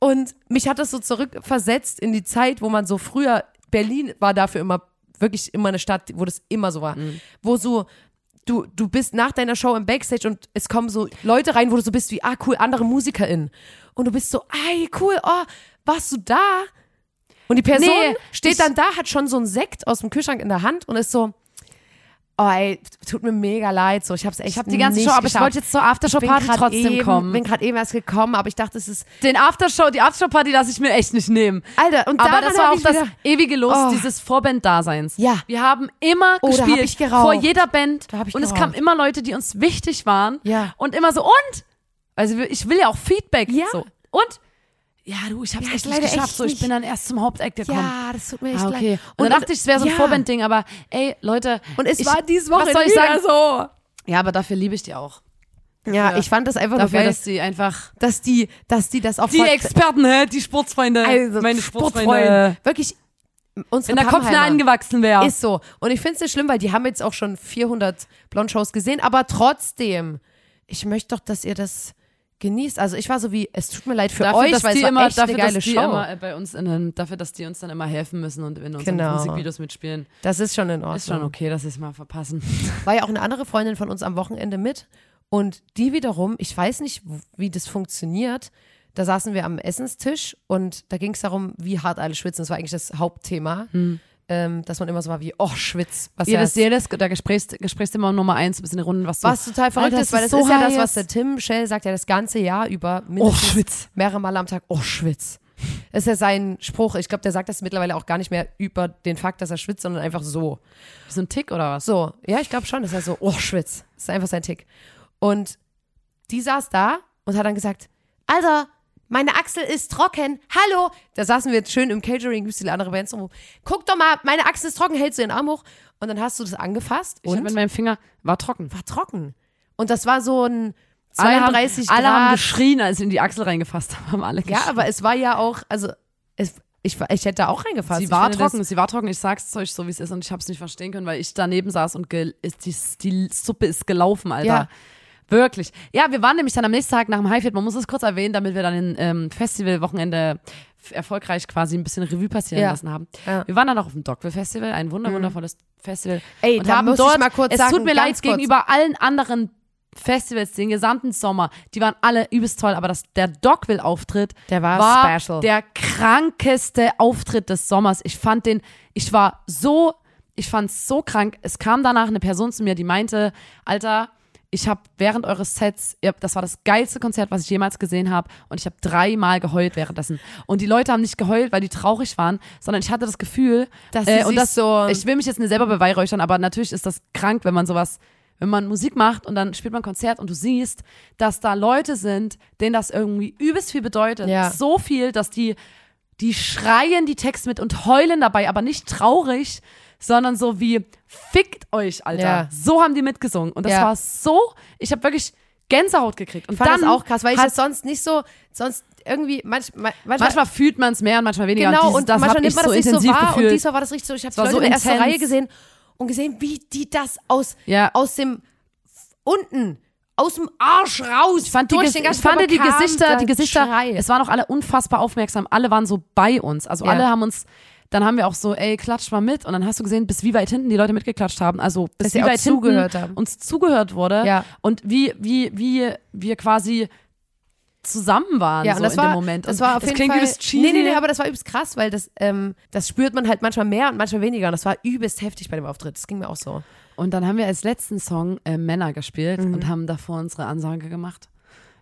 S2: Und mich hat das so zurückversetzt in die Zeit, wo man so früher, Berlin war dafür immer, wirklich immer eine Stadt, wo das immer so war.
S1: Mhm.
S2: Wo so, du, du bist nach deiner Show im Backstage und es kommen so Leute rein, wo du so bist wie, ah cool, andere MusikerInnen. Und du bist so, ey cool, oh, warst du da? Und die Person
S1: Nee, ich-
S2: steht dann da, hat schon so einen Sekt aus dem Kühlschrank in der Hand und ist so, oh ey, tut mir mega leid, so, ich hab's echt
S1: Ich habe die ganze
S2: nicht
S1: Show, aber ich
S2: geschafft.
S1: wollte jetzt zur Aftershow-Party
S2: grad
S1: trotzdem
S2: eben,
S1: kommen.
S2: bin gerade eben erst gekommen, aber ich dachte, es ist,
S1: Den Aftershow, die Aftershow-Party lasse ich mir echt nicht nehmen.
S2: Alter, und
S1: Aber
S2: daran
S1: das war
S2: hab
S1: auch
S2: ich
S1: das
S2: wieder-
S1: ewige Los
S2: Oh.
S1: dieses Vorband-Daseins.
S2: Ja.
S1: Wir haben immer
S2: Oh, da hab
S1: gespielt.
S2: ich geraucht.
S1: Vor jeder Band.
S2: Da hab ich
S1: und es
S2: geraucht.
S1: kamen immer Leute, die uns wichtig waren.
S2: Ja.
S1: Und immer so, und?
S2: Also ich will ja auch Feedback.
S1: Ja.
S2: So. Und?
S1: Ja, du, ich hab's
S2: Ja,
S1: echt nicht
S2: leider echt
S1: geschafft. so, ich
S2: nicht.
S1: bin dann erst zum Haupteck gekommen.
S2: Ja, das tut mir echt
S1: Ah, okay.
S2: leid.
S1: Und, dann dachte ich, es wäre so ein
S2: ja.
S1: Vorbendding, aber ey, Leute.
S2: Und es
S1: ich,
S2: war diese Woche
S1: was soll ich
S2: wieder
S1: sagen?
S2: so.
S1: Ja, aber dafür liebe ich die auch.
S2: Ja,
S1: Ja.
S2: ich fand das einfach
S1: Dafür,
S2: nur geil,
S1: dass die einfach.
S2: dass die, dass die das auch
S1: Die Experten, hä? Die Sportsfreunde.
S2: also,
S1: meine
S2: Sportfreunde.
S1: Sportsfreunde.
S2: Wirklich, unsere
S1: Wenn der Kopf nah
S2: Pappenheimer.
S1: angewachsen wäre.
S2: Ist so. Und ich finde es nicht schlimm, weil die haben jetzt auch schon 400 Blondshows gesehen, aber trotzdem, ich möchte doch, dass ihr das genießt. Also ich war so wie, es tut mir leid für euch, weil es war echt
S1: dafür,
S2: eine geile
S1: dass die
S2: Show.
S1: immer äh, bei uns in den, dafür, dass die uns dann immer helfen müssen und in unseren
S2: Genau.
S1: Musikvideos mitspielen.
S2: das ist schon in Ordnung.
S1: Ist schon okay, dass sie es mal verpassen.
S2: War ja auch eine andere Freundin von uns am Wochenende mit und die wiederum, ich weiß nicht, w- wie das funktioniert, da saßen wir am Essenstisch und da ging es darum, wie hart alle schwitzen. Das war eigentlich das Hauptthema,
S1: Hm.
S2: ähm, dass man immer so war wie, oh, schwitz. Was
S1: Jedes,
S2: ja ist-
S1: jedes, der Gesprächs, Gesprächsthema Nummer eins, bis in die Runde, was du.
S2: was total verrückt
S1: Alter,
S2: ist, weil das
S1: es
S2: ist
S1: so
S2: ja das,
S1: heiß.
S2: was der Tim Schell sagt ja das ganze Jahr über
S1: Oh,
S2: mindestens
S1: Schwitz.
S2: mehrere Male am Tag, oh, schwitz. Das ist ja sein Spruch. Ich glaube, der sagt das mittlerweile auch gar nicht mehr über den Fakt, dass er schwitzt, sondern einfach so.
S1: So ein Tick oder was?
S2: So, ja, ich glaube schon, dass er so, oh, schwitz. Das ist einfach sein Tick. Und die saß da und hat dann gesagt, Alter, meine Achsel ist trocken. Hallo. Da saßen wir jetzt schön im Catering, gibt es viele andere Bands rum. Guck doch mal, meine Achsel ist trocken, hältst du den Arm hoch. Und dann hast du das angefasst
S1: Ich hab mit
S2: und
S1: meinem Finger war trocken.
S2: war trocken. Und das war so ein
S1: Alle haben-
S2: 32
S1: Alle haben
S2: Grad.
S1: geschrien, als sie in die Achsel reingefasst haben. haben alle
S2: ja,
S1: geschrien.
S2: aber es war ja auch, also es, ich, ich hätte da auch reingefasst.
S1: Sie
S2: Ich
S1: war
S2: finde das-
S1: trocken, sie war trocken. Ich sag's euch so, wie es ist und ich hab's nicht verstehen können, weil ich daneben saß und ge ist die, die Suppe ist gelaufen, Alter.
S2: Ja.
S1: Wirklich. Ja, wir waren nämlich dann am nächsten Tag nach dem Highfield. Man muss es kurz erwähnen, damit wir dann den ähm, Festivalwochenende f- erfolgreich quasi ein bisschen Revue passieren
S2: Ja.
S1: lassen haben.
S2: Ja. Mhm.
S1: Wir waren dann auch auf dem Dockville Festival, ein wunder wundervolles Festival.
S2: Ey,
S1: und
S2: da
S1: haben
S2: muss ich
S1: dort,
S2: mal kurz
S1: es
S2: sagen,
S1: tut mir leid
S2: ganz kurz.
S1: gegenüber allen anderen Festivals den gesamten Sommer. Die waren alle übelst toll, aber das, der Dockville-Auftritt
S2: Der war special.
S1: der krankeste Auftritt des Sommers. Ich fand den, ich war so, ich fand's so krank. Es kam danach eine Person zu mir, die meinte, Alter, ich habe während eures Sets, ihr, das war das geilste Konzert, was ich jemals gesehen habe, und ich habe dreimal geheult währenddessen. Und die Leute haben nicht geheult, weil die traurig waren, sondern ich hatte das Gefühl, äh,
S2: Dass sie
S1: und
S2: sich
S1: das
S2: so-
S1: Ich will mich jetzt nicht selber beweihräuchern, aber natürlich ist das krank, wenn man sowas, wenn man Musik macht und dann spielt man ein Konzert und du siehst, dass da Leute sind, denen das irgendwie übelst viel bedeutet.
S2: Ja.
S1: So viel, dass die, die schreien die Texte mit und heulen dabei, aber nicht traurig, sondern so wie fickt euch, Alter.
S2: Ja.
S1: So haben die mitgesungen. Und das
S2: Ja.
S1: war so, ich habe wirklich Gänsehaut gekriegt. Und
S2: fand
S1: dann
S2: das auch krass, weil ich
S1: hat,
S2: das sonst nicht so, sonst irgendwie, manch, ma- manchmal,
S1: manchmal fühlt man es mehr und manchmal weniger.
S2: genau,
S1: und, dieses,
S2: und
S1: das
S2: manchmal
S1: hab
S2: nimmt
S1: ich
S2: man das
S1: so
S2: nicht so
S1: intensiv
S2: wahr und
S1: gefühlt.
S2: diesmal war das richtig so, ich habe
S1: war
S2: Leute
S1: so
S2: in der ersten
S1: intens.
S2: Reihe gesehen und gesehen, wie die das aus,
S1: Ja.
S2: aus dem, unten, aus dem Arsch raus,
S1: Ich fand die,
S2: durch
S1: Ges-
S2: den ganzen
S1: ich fand die
S2: Körper kam
S1: Gesichter, die
S2: der
S1: Gesichter,
S2: Schrei.
S1: es waren auch alle unfassbar aufmerksam. Alle waren so bei uns. Also
S2: Ja.
S1: alle haben uns, dann haben wir auch so, ey, klatscht mal mit. Und dann hast du gesehen, bis wie weit hinten die Leute mitgeklatscht haben. Also bis
S2: Dass sie
S1: wie
S2: auch
S1: weit hinten
S2: zugehört haben.
S1: uns zugehört wurde.
S2: Ja.
S1: Und wie, wie, wie wir quasi zusammen waren
S2: ja,
S1: so
S2: und das
S1: in
S2: war,
S1: dem Moment.
S2: Das
S1: und
S2: war auf
S1: das
S2: jeden
S1: klingt
S2: Fall,
S1: übelst cheesy.
S2: Nee, nee, nee, aber das war übelst krass, weil das, ähm, das spürt man halt manchmal mehr und manchmal weniger. Und das war übelst heftig bei dem Auftritt. Das ging mir auch so.
S1: Und dann haben wir als letzten Song äh, Männer gespielt
S2: Mhm.
S1: und haben davor unsere Ansage gemacht.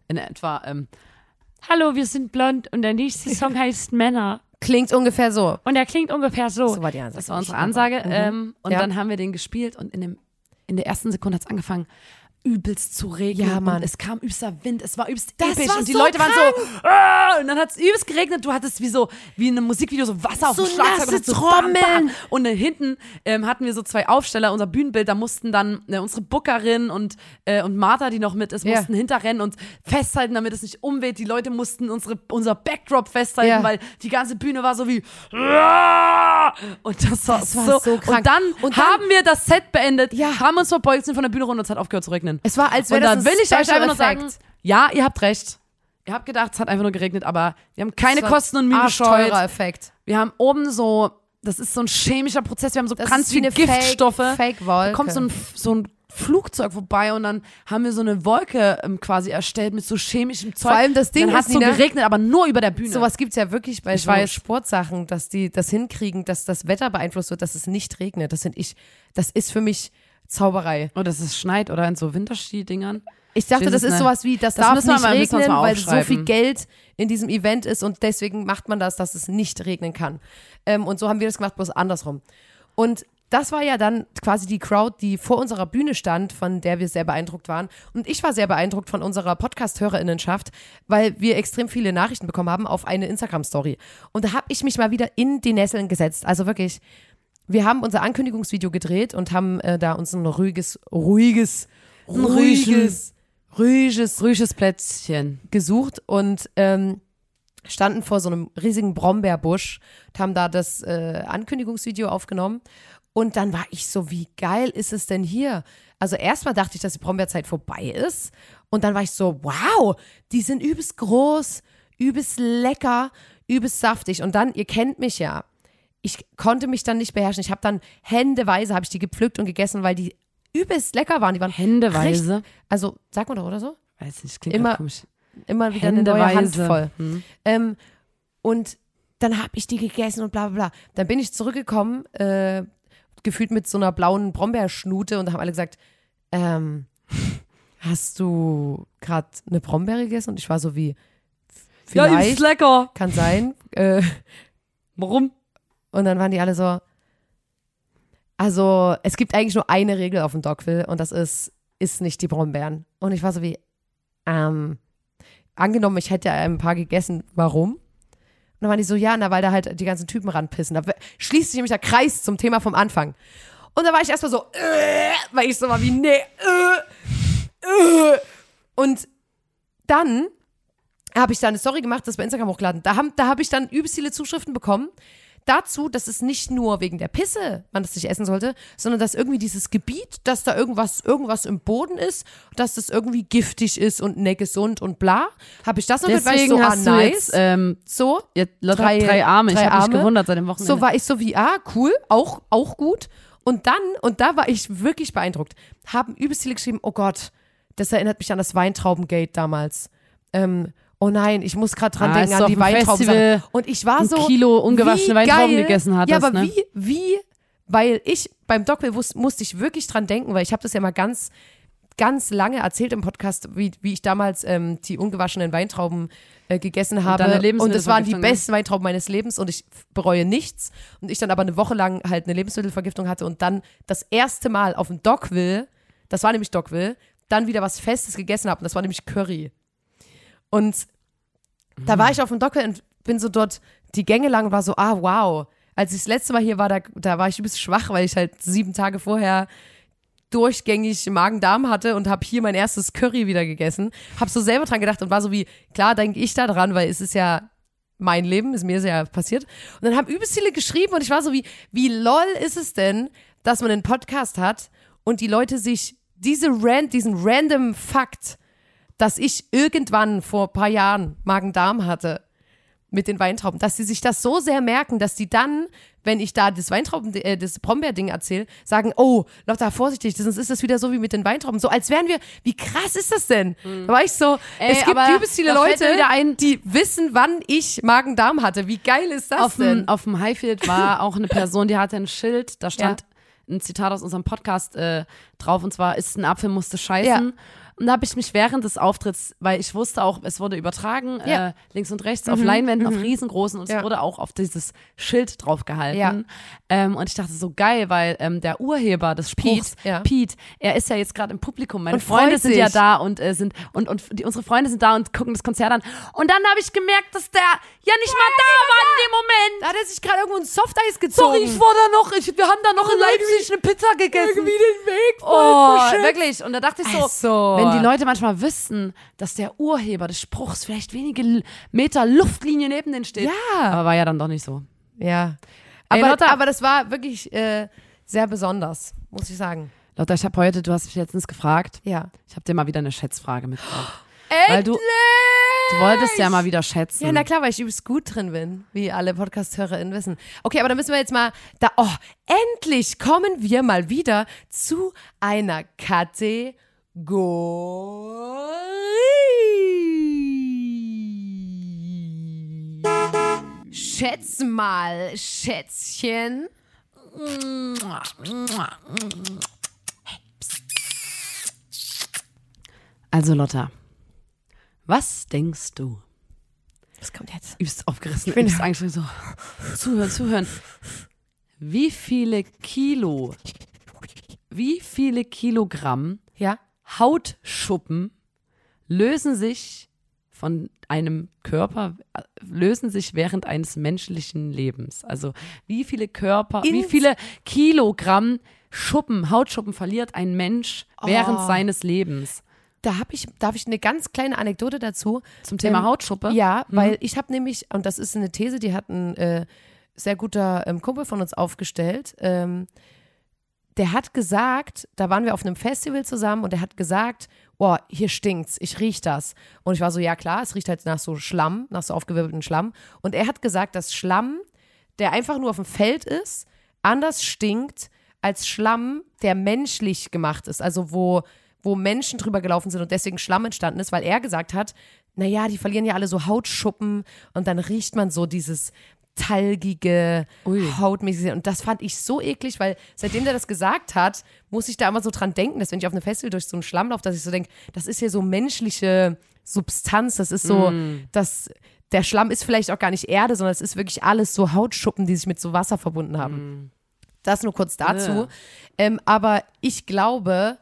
S1: In etwa, ähm, Hallo, wir sind blond und der nächste Song heißt Männer.
S2: Klingt ungefähr so.
S1: Und der klingt ungefähr
S2: So war die Ansage.
S1: Das war unsere Ansage. Ähm, und
S2: Mhm. Ja.
S1: dann haben wir den gespielt und in, dem, in der ersten Sekunde hat es angefangen, übelst zu regnen.
S2: Ja, Mann.
S1: Und es kam übelster Wind, es war übelst
S2: Das
S1: episch.
S2: war
S1: und die
S2: so
S1: Leute waren so, "Ah!" und dann hat es übelst geregnet. Du hattest wie so, wie in einem Musikvideo, so Wasser auf
S2: So
S1: dem Schlagzeug.
S2: nasse
S1: und hat so bam,
S2: Trommeln.
S1: bam. Und dann hinten ähm, hatten wir so zwei Aufsteller, unser Bühnenbild, da mussten dann äh, unsere Bookerin und, äh, und Martha, die noch mit ist,
S2: Ja.
S1: mussten hinterrennen und festhalten, damit es nicht umweht. Die Leute mussten unsere, unser Backdrop festhalten,
S2: Ja.
S1: weil die ganze Bühne war so wie "Ah!" und das war,
S2: Das war
S1: so,
S2: so krank.
S1: Und dann,
S2: Und dann-
S1: haben wir das Set beendet,
S2: Ja.
S1: haben uns verbeugt, sind von der Bühne runter und es hat aufgehört zu regnen.
S2: Es war, als wäre
S1: und
S2: das
S1: dann will
S2: ein
S1: ich euch
S2: Special
S1: einfach nur
S2: Effekt.
S1: sagen, ja, ihr habt recht. Ihr habt gedacht, es hat einfach nur geregnet, aber wir haben keine
S2: Das war
S1: Kosten und Mühen gescheut.
S2: arschteurer Effekt.
S1: Wir haben oben so, das ist so ein chemischer Prozess, wir haben so
S2: Das
S1: ganz
S2: ist wie
S1: viele
S2: eine
S1: Giftstoffe.
S2: Fake, Fake Wolke.
S1: Da kommt so ein, so ein Flugzeug vorbei und dann haben wir so eine Wolke ähm, quasi erstellt mit so chemischem Zeug.
S2: allem das Ding
S1: dann hat
S2: ist, ne?
S1: es so
S2: Nina-
S1: geregnet, aber nur über der Bühne.
S2: Sowas gibt's ja wirklich bei so
S1: weiß.
S2: Sportsachen, dass die das hinkriegen, dass das Wetter beeinflusst wird, dass es nicht regnet. Das sind ich, das ist für mich Zauberei.
S1: Oder Oh, dass es schneit oder in so Winterski-Dingern.
S2: Ich dachte, das
S1: Jesus,
S2: ist
S1: ne.
S2: sowas wie, das,
S1: Das
S2: darf
S1: müssen wir
S2: nicht
S1: mal- müssen wir uns
S2: regnen,
S1: mal
S2: weil so viel
S1: aufschreiben.
S2: Geld in diesem Event ist und deswegen macht man das, dass es nicht regnen kann. Ähm, und so haben wir das gemacht, bloß andersrum. Und das war ja dann quasi die Crowd, die vor unserer Bühne stand, von der wir sehr beeindruckt waren. Und ich war sehr beeindruckt von unserer Podcast-Hörerinnenschaft, weil wir extrem viele Nachrichten bekommen haben auf eine Instagram-Story. Und da habe ich mich mal wieder in die Nesseln gesetzt. Also wirklich, wir haben unser Ankündigungsvideo gedreht und haben äh, da uns ein ruhiges, ruhiges,
S1: Ein
S2: ruhiges, ruhiges
S1: Rüsches Plätzchen.
S2: gesucht und ähm, standen vor so einem riesigen Brombeerbusch und haben da das äh, Ankündigungsvideo aufgenommen. Und dann war ich so, wie geil ist es denn hier? Also erstmal dachte ich, dass die Brombeerzeit vorbei ist. Und dann war ich so, wow, die sind übelst groß, übelst lecker, übelst saftig. Und dann, ihr kennt mich ja, ich konnte mich dann nicht beherrschen. Ich habe dann händeweise, habe ich die gepflückt und gegessen, weil die übelst lecker waren. Die waren,
S1: Händeweise.
S2: also sagt man doch, oder so?
S1: Weiß nicht, klingt
S2: Immer
S1: immer komisch.
S2: Immer wieder eine neue
S1: Händeweise.
S2: Handvoll.
S1: Hm.
S2: Ähm, und dann habe ich die gegessen und bla bla bla. Dann bin ich zurückgekommen, äh, gefühlt mit so einer blauen Brombeerschnute und haben alle gesagt, ähm, hast du gerade eine Brombeere gegessen? Und ich war so wie,
S1: Ja, ist
S2: vielleicht,
S1: lecker.
S2: kann sein. Äh,
S1: Warum?
S2: und dann waren die alle so, also es gibt eigentlich nur eine Regel auf dem Dogville und das ist, ist nicht die Brombeeren. Und ich war so wie, ähm, angenommen, ich hätte ein paar gegessen, warum? Und dann waren die so, ja, na, weil da halt die ganzen Typen ranpissen. Da schließt sich nämlich der Kreis zum Thema vom Anfang. Und da war ich erstmal so, äh, weil ich so war wie, nee, äh, äh. Und dann habe ich da eine Story gemacht, das bei Instagram hochgeladen. Da haben, da habe ich dann übelst viele Zuschriften bekommen dazu, dass es nicht nur wegen der Pisse man das nicht essen sollte, sondern dass irgendwie dieses Gebiet, dass da irgendwas, irgendwas im Boden ist, dass das irgendwie giftig ist und ne gesund und bla. Habe ich das noch mit, weil ich
S1: Deswegen
S2: so, ah,
S1: hast du
S2: nice.
S1: jetzt, ähm,
S2: so,
S1: jetzt lauter
S2: Drei-
S1: drei, Arme.
S2: drei
S1: ich habe
S2: Arme.
S1: mich gewundert seit dem Wochenende.
S2: so war ich so wie, ah, cool, auch, auch gut. Und dann, und da war ich wirklich beeindruckt, haben übelst viele geschrieben, oh Gott, das erinnert mich an das Weintraubengate damals. Ähm, oh nein, ich muss gerade dran
S1: Ah,
S2: denken
S1: ist
S2: an
S1: auf
S2: die
S1: dem
S2: Weintrauben.
S1: Festival
S2: Und ich war
S1: ein
S2: so.
S1: Kilo ungewaschene
S2: Also, wie
S1: Weintrauben
S2: geil.
S1: gegessen hattest,
S2: Ja, aber
S1: ne?
S2: wie, wie, weil ich beim Dogville wus- musste ich wirklich dran denken, weil ich habe das ja mal ganz ganz lange erzählt im Podcast, wie, wie ich damals ähm, die ungewaschenen Weintrauben äh, gegessen habe.
S1: deine
S2: und das waren die
S1: Lebensmittelvergiftung, ne?
S2: besten Weintrauben meines Lebens und ich f- bereue nichts. Und ich dann aber eine Woche lang halt eine Lebensmittelvergiftung hatte und dann das erste Mal auf dem Dockville, das war nämlich Dockville, dann wieder was Festes gegessen habe und das war nämlich Curry. Und da war ich auf dem Dockville und bin so dort die Gänge lang und war so, ah, wow. Als ich das letzte Mal hier war, da, da war ich ein bisschen schwach, weil ich halt sieben Tage vorher durchgängig Magen-Darm hatte und habe hier mein erstes Curry wieder gegessen. Habe so selber dran gedacht und war so wie, klar denke ich da dran, weil es ist ja mein Leben, ist mir ist ja passiert. Und dann haben übelst viele geschrieben und ich war so wie, wie lol ist es denn, dass man einen Podcast hat und die Leute sich diese ran, diesen random Fakt, dass ich irgendwann vor ein paar Jahren Magen-Darm hatte mit den Weintrauben, dass sie sich das so sehr merken, dass die dann, wenn ich da das Weintrauben, äh, das Brombeerding erzähle, sagen, oh, Lotta, vorsichtig, sonst ist das wieder so wie mit den Weintrauben. So als wären wir, wie krass ist das denn? Da war ich so,
S1: Hm. Ey,
S2: es gibt
S1: aber
S2: übelst viele
S1: da fällt
S2: Leute,
S1: mir wieder ein-
S2: die wissen, wann ich Magen-Darm hatte. Wie geil ist das
S1: auf
S2: denn?
S1: dem, auf dem Highfield war auch eine Person, die hatte ein Schild, da stand ein Zitat aus unserem Podcast äh, drauf und zwar, ist ein Apfel, musste scheißen. Und da habe ich mich während des Auftritts, weil ich wusste auch, es wurde übertragen,
S2: Ja. Mhm.
S1: äh, links und rechts, auf Leinwänden, auf riesengroßen und
S2: Ja.
S1: es wurde auch auf dieses Schild drauf gehalten.
S2: Ja.
S1: Ähm, und ich dachte so, geil, weil ähm, der Urheber des Spruchs,
S2: Pete, ja.
S1: Pete er ist ja jetzt gerade im Publikum, meine
S2: Und freut
S1: Freunde sind
S2: sich.
S1: ja da und äh, sind und, und die, unsere Freunde sind da und gucken das Konzert an. Und dann habe ich gemerkt, dass der ja nicht mal da war in dem Moment.
S2: Da hat er sich gerade irgendwo ein Softeis
S1: Sorry,
S2: gezogen.
S1: ich war da noch. Ich, wir haben da noch in Leipzig eine Pizza gegessen.
S2: den Weg
S1: Oh, wirklich. Und da dachte ich so,
S2: Ach so.
S1: wenn die Leute manchmal wüssten, dass der Urheber des Spruchs vielleicht wenige L- Meter Luftlinie neben denen steht.
S2: Ja.
S1: Aber war ja dann doch nicht so.
S2: Ja.
S1: Ey,
S2: Aber,
S1: Lotta.
S2: aber das war wirklich äh, sehr besonders, muss ich sagen.
S1: Lotta, ich habe heute, du hast mich letztens gefragt,
S2: Ja.
S1: ich habe dir mal wieder eine Schätzfrage mitgebracht.
S2: Endlich!
S1: Weil du- Du wolltest ja mal wieder schätzen.
S2: Ja, na klar, weil ich übelst gut drin bin, wie alle Podcast-HörerInnen wissen. Okay, aber da müssen wir jetzt mal da. Oh, endlich kommen wir mal wieder zu einer Kategorie. Schätz mal, Schätzchen.
S1: also Lotta, was denkst du?
S2: Was kommt jetzt?
S1: übelst aufgerissen,
S2: bin-
S1: übelst angestrengt, so zuhören, zuhören. wie viele Kilo, wie viele Kilogramm
S2: Ja?
S1: Hautschuppen lösen sich von einem Körper, äh, lösen sich während eines menschlichen Lebens. Also wie viele Körper, wie
S2: Ins-
S1: viele Kilogramm Schuppen, Hautschuppen verliert ein Mensch während
S2: Oh.
S1: seines Lebens?
S2: Da hab ich, darf ich eine ganz kleine Anekdote dazu.
S1: Zum Thema
S2: Ähm,
S1: Hautschuppe?
S2: Ja, weil ich habe nämlich, und das ist eine These, die hat ein äh, sehr guter ähm, Kumpel von uns aufgestellt. Ähm, der hat gesagt, da waren wir auf einem Festival zusammen und der hat gesagt, boah, hier stinkt's, ich riech das. Und ich war so, ja klar, es riecht halt nach so Schlamm, nach so aufgewirbelten Schlamm. Und er hat gesagt, dass Schlamm, der einfach nur auf dem Feld ist, anders stinkt als Schlamm, der menschlich gemacht ist. Also wo, wo Menschen drüber gelaufen sind und deswegen Schlamm entstanden ist, weil er gesagt hat, naja, die verlieren ja alle so Hautschuppen und dann riecht man so dieses talgige, hautmäßige. Und das fand ich so eklig, weil seitdem der das gesagt hat, muss ich da immer so dran denken, dass wenn ich auf einem Festival durch so einen Schlamm laufe, dass ich so denke, das ist hier so menschliche Substanz, das ist so, das, der Schlamm ist vielleicht auch gar nicht Erde, sondern es ist wirklich alles so Hautschuppen, die sich mit so Wasser verbunden haben. Das nur kurz dazu.
S1: Mm. Ja.
S2: Ähm, aber ich glaube,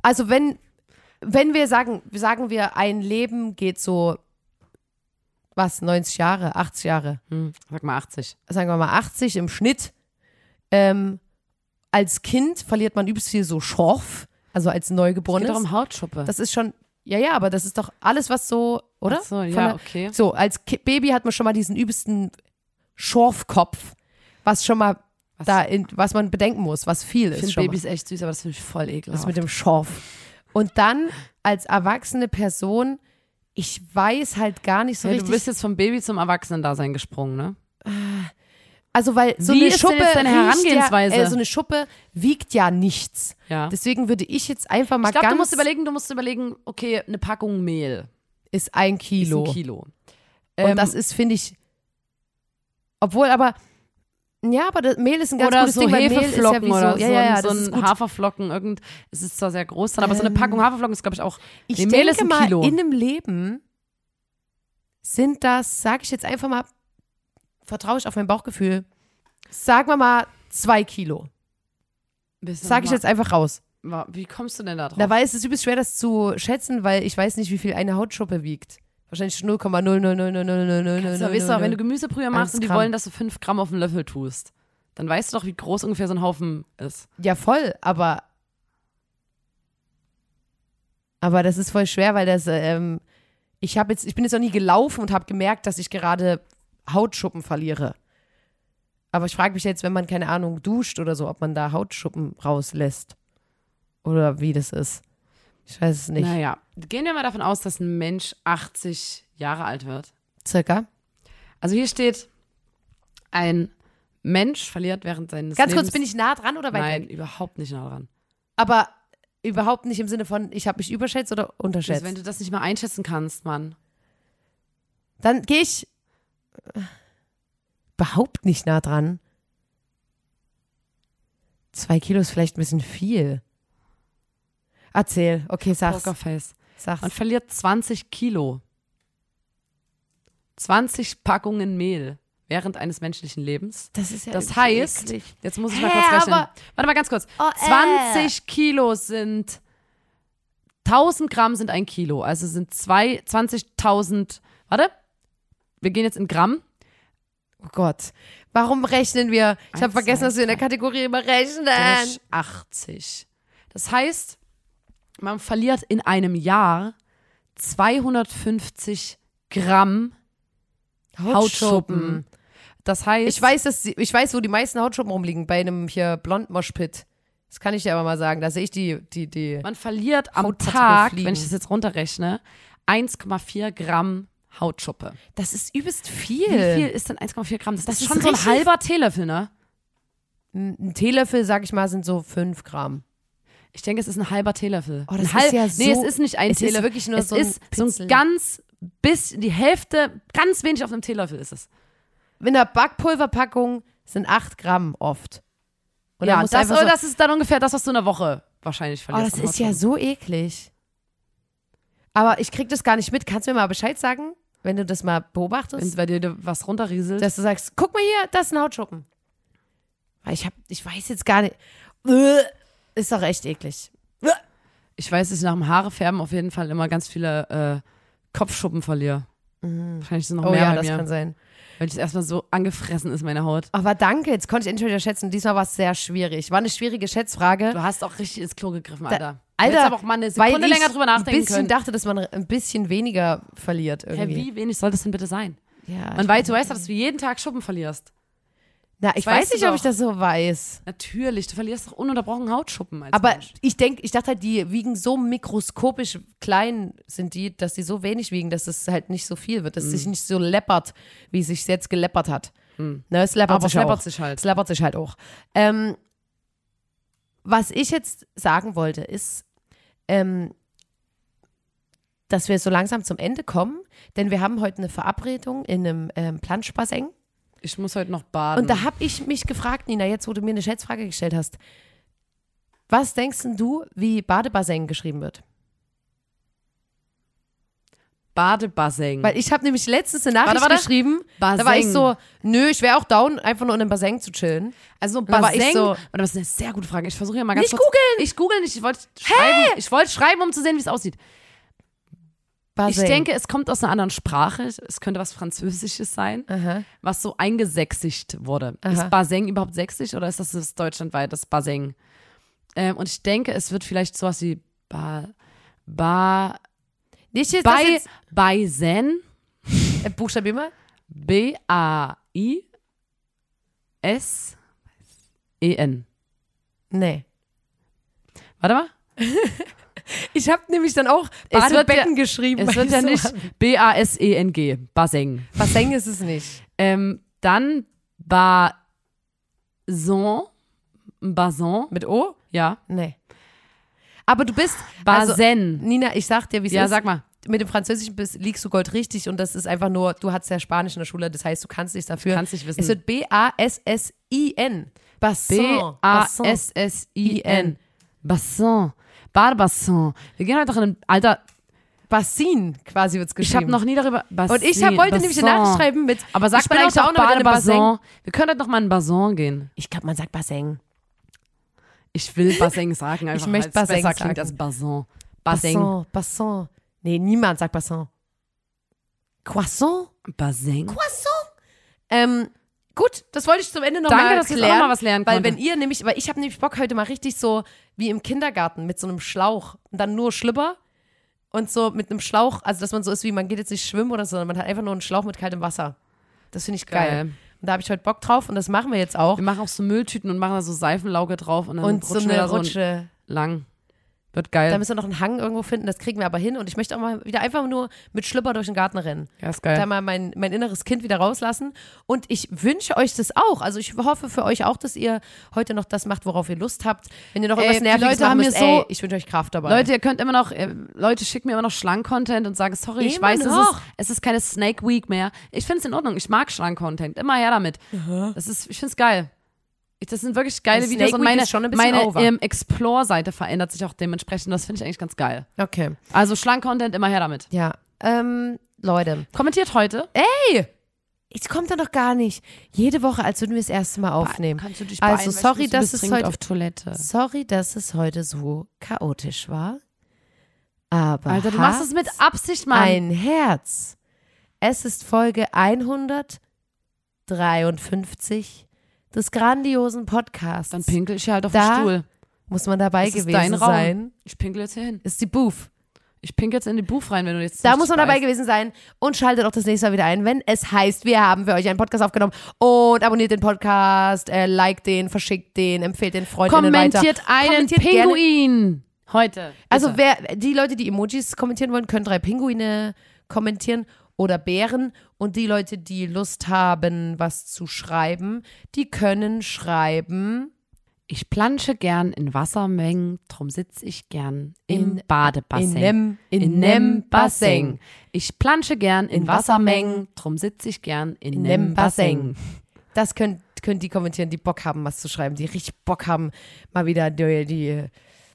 S2: also wenn, wenn wir sagen, sagen wir, ein Leben geht so, was, 90 Jahre, 80 Jahre,
S1: Hm, sag mal 80.
S2: sagen wir mal 80 im Schnitt, ähm, als Kind verliert man übelst viel so Schorf, also als
S1: Geht doch
S2: Neugeborenes.
S1: um Hautschuppe.
S2: Das ist schon, ja, ja, aber das ist doch alles, was so, oder?
S1: Ach so,
S2: Von
S1: ja,
S2: der-
S1: okay.
S2: So, als Ki Baby hat man schon mal diesen übelsten Schorfkopf, was schon mal
S1: Was-
S2: da, in, was man bedenken muss, was viel
S1: Ich
S2: ist.
S1: finde
S2: schon mal.
S1: Babys echt süß, aber das finde ich voll
S2: Das
S1: ekelhaft.
S2: mit dem Schorf. Und dann als erwachsene Person, ich weiß halt gar nicht so
S1: hey, du
S2: richtig.
S1: bist jetzt vom Baby zum Erwachsenen-Dasein gesprungen, ne?
S2: also weil so
S1: Wie
S2: eine
S1: ist denn
S2: Schuppe
S1: jetzt deine
S2: riecht
S1: Herangehensweise?
S2: Ja, äh, so eine Schuppe wiegt ja nichts.
S1: Ja.
S2: Deswegen würde ich jetzt einfach mal
S1: Ich glaube,
S2: ganz
S1: du musst überlegen, du musst überlegen, okay, eine Packung Mehl
S2: ist ein
S1: ist ein
S2: Kilo.
S1: Kilo. Ähm,
S2: Und das ist finde ich obwohl aber ja, aber das Mehl ist ein ganz
S1: oder
S2: gutes
S1: so
S2: Ding, weil Mehl ist ja
S1: Hefeflocken
S2: wie so,
S1: oder
S2: ja, ja,
S1: so,
S2: ja,
S1: ein- so
S2: das
S1: ein
S2: ist gut.
S1: Haferflocken. Irgend, es ist zwar sehr groß, dann, aber so eine
S2: Ähm,
S1: Packung Haferflocken ist, glaube ich, auch.
S2: Ich
S1: Nee,
S2: denke
S1: Mehl ist ein
S2: mal,
S1: Kilo.
S2: in einem Leben sind das, sage ich jetzt einfach mal, vertraue ich auf mein Bauchgefühl, sagen wir mal zwei Kilo. Sage ich jetzt einfach raus.
S1: Wa- Wie kommst du denn da drauf?
S2: Dabei ist es übelst schwer, das zu schätzen, weil ich weiß nicht, wie viel eine Hautschuppe wiegt. Wahrscheinlich 0,0000000.
S1: so, Also, weißt du, auch, wenn du Gemüsebrühe machst und die
S2: Gramm.
S1: wollen, dass du 5 Gramm auf den Löffel tust, dann weißt du doch, wie groß ungefähr so ein Haufen ist.
S2: Ja, voll, aber. Aber das ist voll schwer, weil das. Ähm, ich, hab jetzt, ich bin jetzt noch nie gelaufen und habe gemerkt, dass ich gerade Hautschuppen verliere. Aber ich frage mich jetzt, wenn man, keine Ahnung, duscht oder so, ob man da Hautschuppen rauslässt. Oder wie das ist. Ich weiß es nicht.
S1: Naja, gehen wir mal davon aus, dass ein Mensch 80 Jahre alt wird.
S2: Circa.
S1: Also hier steht, ein Mensch verliert während seines
S2: Ganz
S1: Lebens...
S2: kurz, bin ich nah dran oder weit
S1: Nein,
S2: weg?
S1: überhaupt nicht nah dran.
S2: Aber überhaupt nicht im Sinne von, ich habe mich überschätzt oder
S1: Also, wenn
S2: unterschätzt.
S1: du das nicht mal einschätzen kannst, Mann.
S2: Dann gehe ich äh, überhaupt nicht nah dran. Zwei Kilo ist vielleicht ein bisschen viel. Erzähl, okay, sag's.
S1: Pokerface.
S2: sag's.
S1: Man verliert 20 Kilo. 20 Packungen Mehl während eines menschlichen Lebens.
S2: das ist ja
S1: Das
S2: irgendwie
S1: heißt,
S2: eklig.
S1: jetzt muss ich mal
S2: Hä,
S1: kurz rechnen.
S2: aber-
S1: Warte mal ganz kurz.
S2: Oh, äh.
S1: 20 Kilo sind 1000 Gramm sind ein Kilo. Also sind zwei 20.000. Warte. Wir gehen jetzt in Gramm.
S2: oh Gott. Warum rechnen wir? Ich habe
S1: Eins,
S2: vergessen,
S1: zwei,
S2: dass wir in der Kategorie immer
S1: durch
S2: rechnen.
S1: 80. Das heißt, man verliert in einem Jahr 250 Gramm Hautschuppen. Das heißt,
S2: Ich weiß, dass sie, ich weiß, wo die meisten Hautschuppen rumliegen, bei einem hier Blondmoschpit. Das kann ich dir aber mal sagen. Da sehe ich die, die, die.
S1: man verliert am
S2: Hautpartikel
S1: Tag,
S2: fliegen.
S1: wenn ich das jetzt runterrechne, 1,4 Gramm Hautschuppe.
S2: Das ist übelst viel.
S1: Wie viel ist denn 1,4 Gramm? Das,
S2: Das
S1: ist
S2: ist
S1: schon so ein
S2: richtig-
S1: halber Teelöffel, ne?
S2: Ein ein Teelöffel, sag ich mal, sind so 5 Gramm.
S1: Ich denke, es ist ein halber Teelöffel.
S2: Oh, das
S1: ein
S2: ist
S1: halb-
S2: ja
S1: Nee, es
S2: so-
S1: ist nicht ein
S2: es ist
S1: Teelöffel.
S2: wirklich nur
S1: es
S2: so ein
S1: ist so ein
S2: Pitzel.
S1: ganz bisschen, die Hälfte, ganz wenig auf einem Teelöffel ist es.
S2: In einer Backpulverpackung sind 8 Gramm oft. Und dann
S1: ja,
S2: musst
S1: das,
S2: du einfach
S1: oh, das ist dann ungefähr das, was du in der Woche wahrscheinlich
S2: so, oh,
S1: verlierst.
S2: das
S1: an
S2: ist ja
S1: Hautschuppen.
S2: so eklig. Aber ich krieg das gar nicht mit. Kannst du mir mal Bescheid sagen, wenn du das mal
S1: Wenn
S2: beobachtest?
S1: bei dir was runterrieselt.
S2: dass du sagst, guck mal hier, das ist ein Hautschuppen. Weil ich hab, ich weiß jetzt gar nicht. Äh, Ist doch echt eklig.
S1: Ich weiß, dass ich nach dem Haarefärben auf jeden Fall immer ganz viele äh, Kopfschuppen verliere. Wahrscheinlich sind noch
S2: Oh
S1: mehr
S2: ja,
S1: bei
S2: das
S1: mir.
S2: kann sein.
S1: Weil das erstmal so angefressen ist, meine Haut.
S2: Aber danke, jetzt konnte ich endlich wieder schätzen. Diesmal war es sehr schwierig. War eine schwierige Schätzfrage.
S1: Du hast auch richtig ins Klo gegriffen, Alter.
S2: Alter,
S1: du hättest aber auch mal eine
S2: weil
S1: Sekunde
S2: ich
S1: länger drüber
S2: ein
S1: nachdenken
S2: bisschen
S1: können.
S2: dachte, dass man ein bisschen weniger verliert
S1: Hä,
S2: irgendwie.
S1: wie wenig soll das denn bitte sein?
S2: Ja,
S1: Man
S2: ich-
S1: weiß, du weißt, doch, dass du jeden Tag Schuppen verlierst.
S2: Na, ich
S1: das
S2: weiß
S1: weißt du
S2: nicht, ob
S1: doch.
S2: ich das so weiß.
S1: Natürlich, du verlierst doch ununterbrochen Hautschuppen als
S2: Aber
S1: Mensch.
S2: ich denke, ich dachte halt, die wiegen so mikroskopisch klein sind die, dass die so wenig wiegen, dass es halt nicht so viel wird, dass es sich
S1: Mhm.
S2: nicht so läppert, wie es sich jetzt geläppert hat. Na, es läppert
S1: Aber es
S2: sich ja
S1: läppert
S2: auch.
S1: Mhm. sich halt.
S2: Es läppert sich halt auch. Ähm, was ich jetzt sagen wollte, ist, ähm, dass wir so langsam zum Ende kommen, denn wir haben heute eine Verabredung in einem ähm, Planschbassin.
S1: Ich muss heute noch baden.
S2: Und da habe ich mich gefragt, Nina, jetzt wo du mir eine Schätzfrage gestellt hast, was denkst denn du, wie Badebassin geschrieben wird?
S1: Badebassin.
S2: Weil ich habe nämlich letztens eine Nachricht
S1: Warte, warte.
S2: geschrieben, da
S1: Baseng.
S2: war ich so, nö, ich wäre auch down, einfach nur in einem Bassin zu chillen.
S1: also
S2: da war ich
S1: Baseng.
S2: so-
S1: Warte, das ist eine sehr gute Frage. Ich versuche ja mal ganz
S2: Nicht
S1: kurz. Ich google nicht. Ich wollte schreiben. Ich wollte schreiben, um zu sehen, wie es aussieht.
S2: Baseng.
S1: Ich denke, es kommt aus einer anderen Sprache. Es könnte was Französisches sein,
S2: Aha.
S1: was so eingesächsigt wurde.
S2: Aha.
S1: Ist Baseng überhaupt sächsisch oder ist das das deutschlandweit, das Baseng? Ähm, und ich denke, es wird vielleicht sowas wie ba, ba,
S2: Nicht jetzt, das
S1: bei,
S2: jetzt
S1: Baisen,
S2: äh, buchstabier mal.
S1: B-A-I-S-E-N. E
S2: Nee.
S1: Warte mal.
S2: Ich habe nämlich dann auch
S1: Es wird
S2: Badebecken geschrieben.
S1: Es
S2: weil
S1: wird
S2: ich
S1: ja
S2: so-
S1: nicht B-A-S-E-N-G, E Baseng.
S2: Bassin ist es nicht.
S1: Ähm, dann Bason, Bason,
S2: Mit O?
S1: ja,
S2: Nee. Aber du bist, also,
S1: Basen.
S2: Nina, ich sag dir, wie es
S1: ja,
S2: ist.
S1: sag mal.
S2: mit dem Französischen bist, liegst du Gold richtig und das ist einfach nur, du hattest ja Spanisch in der Schule, das heißt, du kannst nichts dafür.
S1: Kannst nicht wissen.
S2: Es wird B-A-S-S-I-N. Bassin. Bassin.
S1: B-A-S-S-I-N. Bassin. Barbassin. Wir gehen heute noch in den. Alter,
S2: Bassin quasi wird es
S1: ich habe
S2: geschrieben.
S1: noch nie darüber.
S2: und ich hab, wollte nämlich eine Nachricht schreiben mit,
S1: Aber sag
S2: ich
S1: mal
S2: bin
S1: eigentlich
S2: heute
S1: auch
S2: auch noch in
S1: noch
S2: einem
S1: Bassin. Wir können heute noch mal in Bassin gehen.
S2: ich glaube, man sagt Bassin.
S1: Ich will Bassin sagen. Einfach,
S2: möchte
S1: weil's
S2: Bassin
S1: besser klingt
S2: sagen.
S1: als Bassin. Bassin.
S2: Bassin. Bassin. Nee, niemand sagt Bassin. Croissant?
S1: Bassin.
S2: Ähm, gut, das wollte ich zum Ende noch
S1: Danke,
S2: mal
S1: dass wir jetzt auch
S2: klären,
S1: noch mal was lernen
S2: Weil
S1: konnten.
S2: wenn ihr nämlich, weil ich habe nämlich Bock heute mal richtig so wie im Kindergarten mit so einem Schlauch und dann nur Schlipper und so mit einem Schlauch, also dass man so ist wie man geht jetzt nicht schwimmen oder so, sondern man hat einfach nur einen Schlauch mit kaltem Wasser. Das finde ich geil.
S1: Geil.
S2: Und da habe ich heute Bock drauf und das machen wir jetzt auch.
S1: Wir machen auch so Mülltüten und machen da so Seifenlauge drauf und dann
S2: Und so
S1: rutschen wir
S2: eine
S1: da so
S2: Rutsche.
S1: lang. Wird geil.
S2: Da müssen wir noch einen Hang irgendwo finden, das kriegen wir aber hin. Und ich möchte auch mal wieder einfach nur mit Schlipper durch den Garten rennen.
S1: ja, ist
S2: da
S1: geil.
S2: mal mein, mein inneres Kind wieder rauslassen. Und ich wünsche euch das auch. Also ich hoffe für euch auch, dass ihr heute noch das macht, worauf ihr Lust habt. Wenn ihr noch
S1: Ey,
S2: irgendwas
S1: die
S2: Nerviges
S1: Leute
S2: machen
S1: haben mir
S2: müsst,
S1: so-
S2: ey, ich wünsche euch Kraft dabei.
S1: Leute, ihr könnt immer noch, äh, Leute, schickt mir immer noch Schlangen-Content und sagen, sorry, ich
S2: Immer
S1: weiß, es
S2: noch.
S1: ist, es ist keine Snake Week mehr. Ich finde es in Ordnung, ich mag Schlangen-Content, immer her damit. Das ist, ich finde es geil. Ich, das sind wirklich geile
S2: Die
S1: Videos
S2: Snake
S1: und
S2: Week
S1: meine,
S2: ist schon ein bisschen
S1: meine
S2: over.
S1: ähm, Explore-Seite verändert sich auch dementsprechend. Das finde ich eigentlich ganz geil.
S2: Okay,
S1: Also Schlangen-Content, immer her damit.
S2: ja. Ähm, Leute,
S1: Kommentiert heute.
S2: es kommt doch noch gar nicht. Jede Woche, als würden wir das erste Mal aufnehmen.
S1: Kannst du
S2: Also,
S1: dich beeilen, weil ich
S2: sorry,
S1: muss, du
S2: dass
S1: bist
S2: es
S1: dringend
S2: heute-
S1: auf Toilette.
S2: Sorry, dass es heute so chaotisch war. Aber
S1: Alter, du machst es mit Absicht, Mann.
S2: ein Herz. Es ist Folge 153 des grandiosen Podcasts.
S1: Dann pinkel ich hier halt auf
S2: Da-
S1: den Stuhl.
S2: muss man dabei
S1: Das ist
S2: gewesen
S1: dein Raum.
S2: sein.
S1: Ich pinkel jetzt hier hin.
S2: Ist die Booth.
S1: Ich pinkel jetzt in den Buch rein, wenn du jetzt
S2: Da
S1: nicht
S2: muss man dabei
S1: weißt.
S2: gewesen sein und schaltet auch das nächste Mal wieder ein, wenn es heißt, wir haben für euch einen Podcast aufgenommen und abonniert den Podcast, äh, liked den, verschickt den, empfehlt den Freundinnen weiter.
S1: Kommentiert einen
S2: Kommentiert gerne-
S1: Pinguin heute.
S2: Also
S1: Bitte.
S2: wer die Leute, die Emojis kommentieren wollen, können drei Pinguine kommentieren oder Bären und die Leute, die Lust haben, was zu schreiben, die können schreiben.
S1: ich plansche gern in Wassermengen, drum sitze ich gern im
S2: In-
S1: Badebassin.
S2: in nem- in
S1: in
S2: nem
S1: nem
S2: Bassin.
S1: Bassin. Ich plansche gern in,
S2: In
S1: Wassermengen, drum sitze ich gern in,
S2: In nem
S1: nem Bassin.
S2: Das können, können die kommentieren, die Bock haben, was zu schreiben, die richtig Bock haben, mal wieder die, die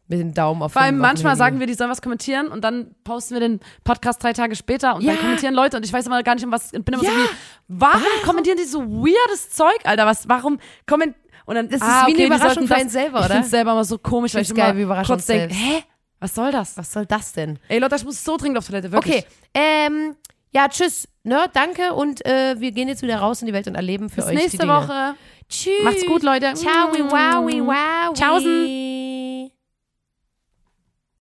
S2: Mit dem Daumen auf
S1: Vor allem
S2: dem- auf dem
S1: manchmal
S2: Handy.
S1: sagen wir, die sollen was kommentieren und dann posten wir den Podcast drei Tage später und dann
S2: Ja.
S1: kommentieren Leute und ich weiß immer gar nicht, um was ich bin immer
S2: Ja.
S1: so wie, warum, kommentieren die so weirdes Zeug, Alter? Was, warum kommen und dann Ah,
S2: Das ist wie eine
S1: die
S2: Überraschung für
S1: sollten das-
S2: einen selber,
S1: Ich
S2: oder?
S1: find's selber immer so komisch, weil
S2: Find's
S1: ich
S2: geil, wie
S1: immer
S2: Überraschung
S1: kurz denke, hä, was soll das?
S2: Was soll das denn?
S1: Ey Leute, ich muss so dringend auf Toilette, wirklich.
S2: Okay, ähm, ja, tschüss, ne, danke und äh, wir gehen jetzt wieder raus in die Welt und erleben für
S1: Bis
S2: euch die
S1: nächste
S2: Dinge.
S1: Woche.
S2: Tschüss.
S1: Macht's gut, Leute.
S2: Ciao, wow, wow.
S1: Tschaußen.
S2: Tschaußen.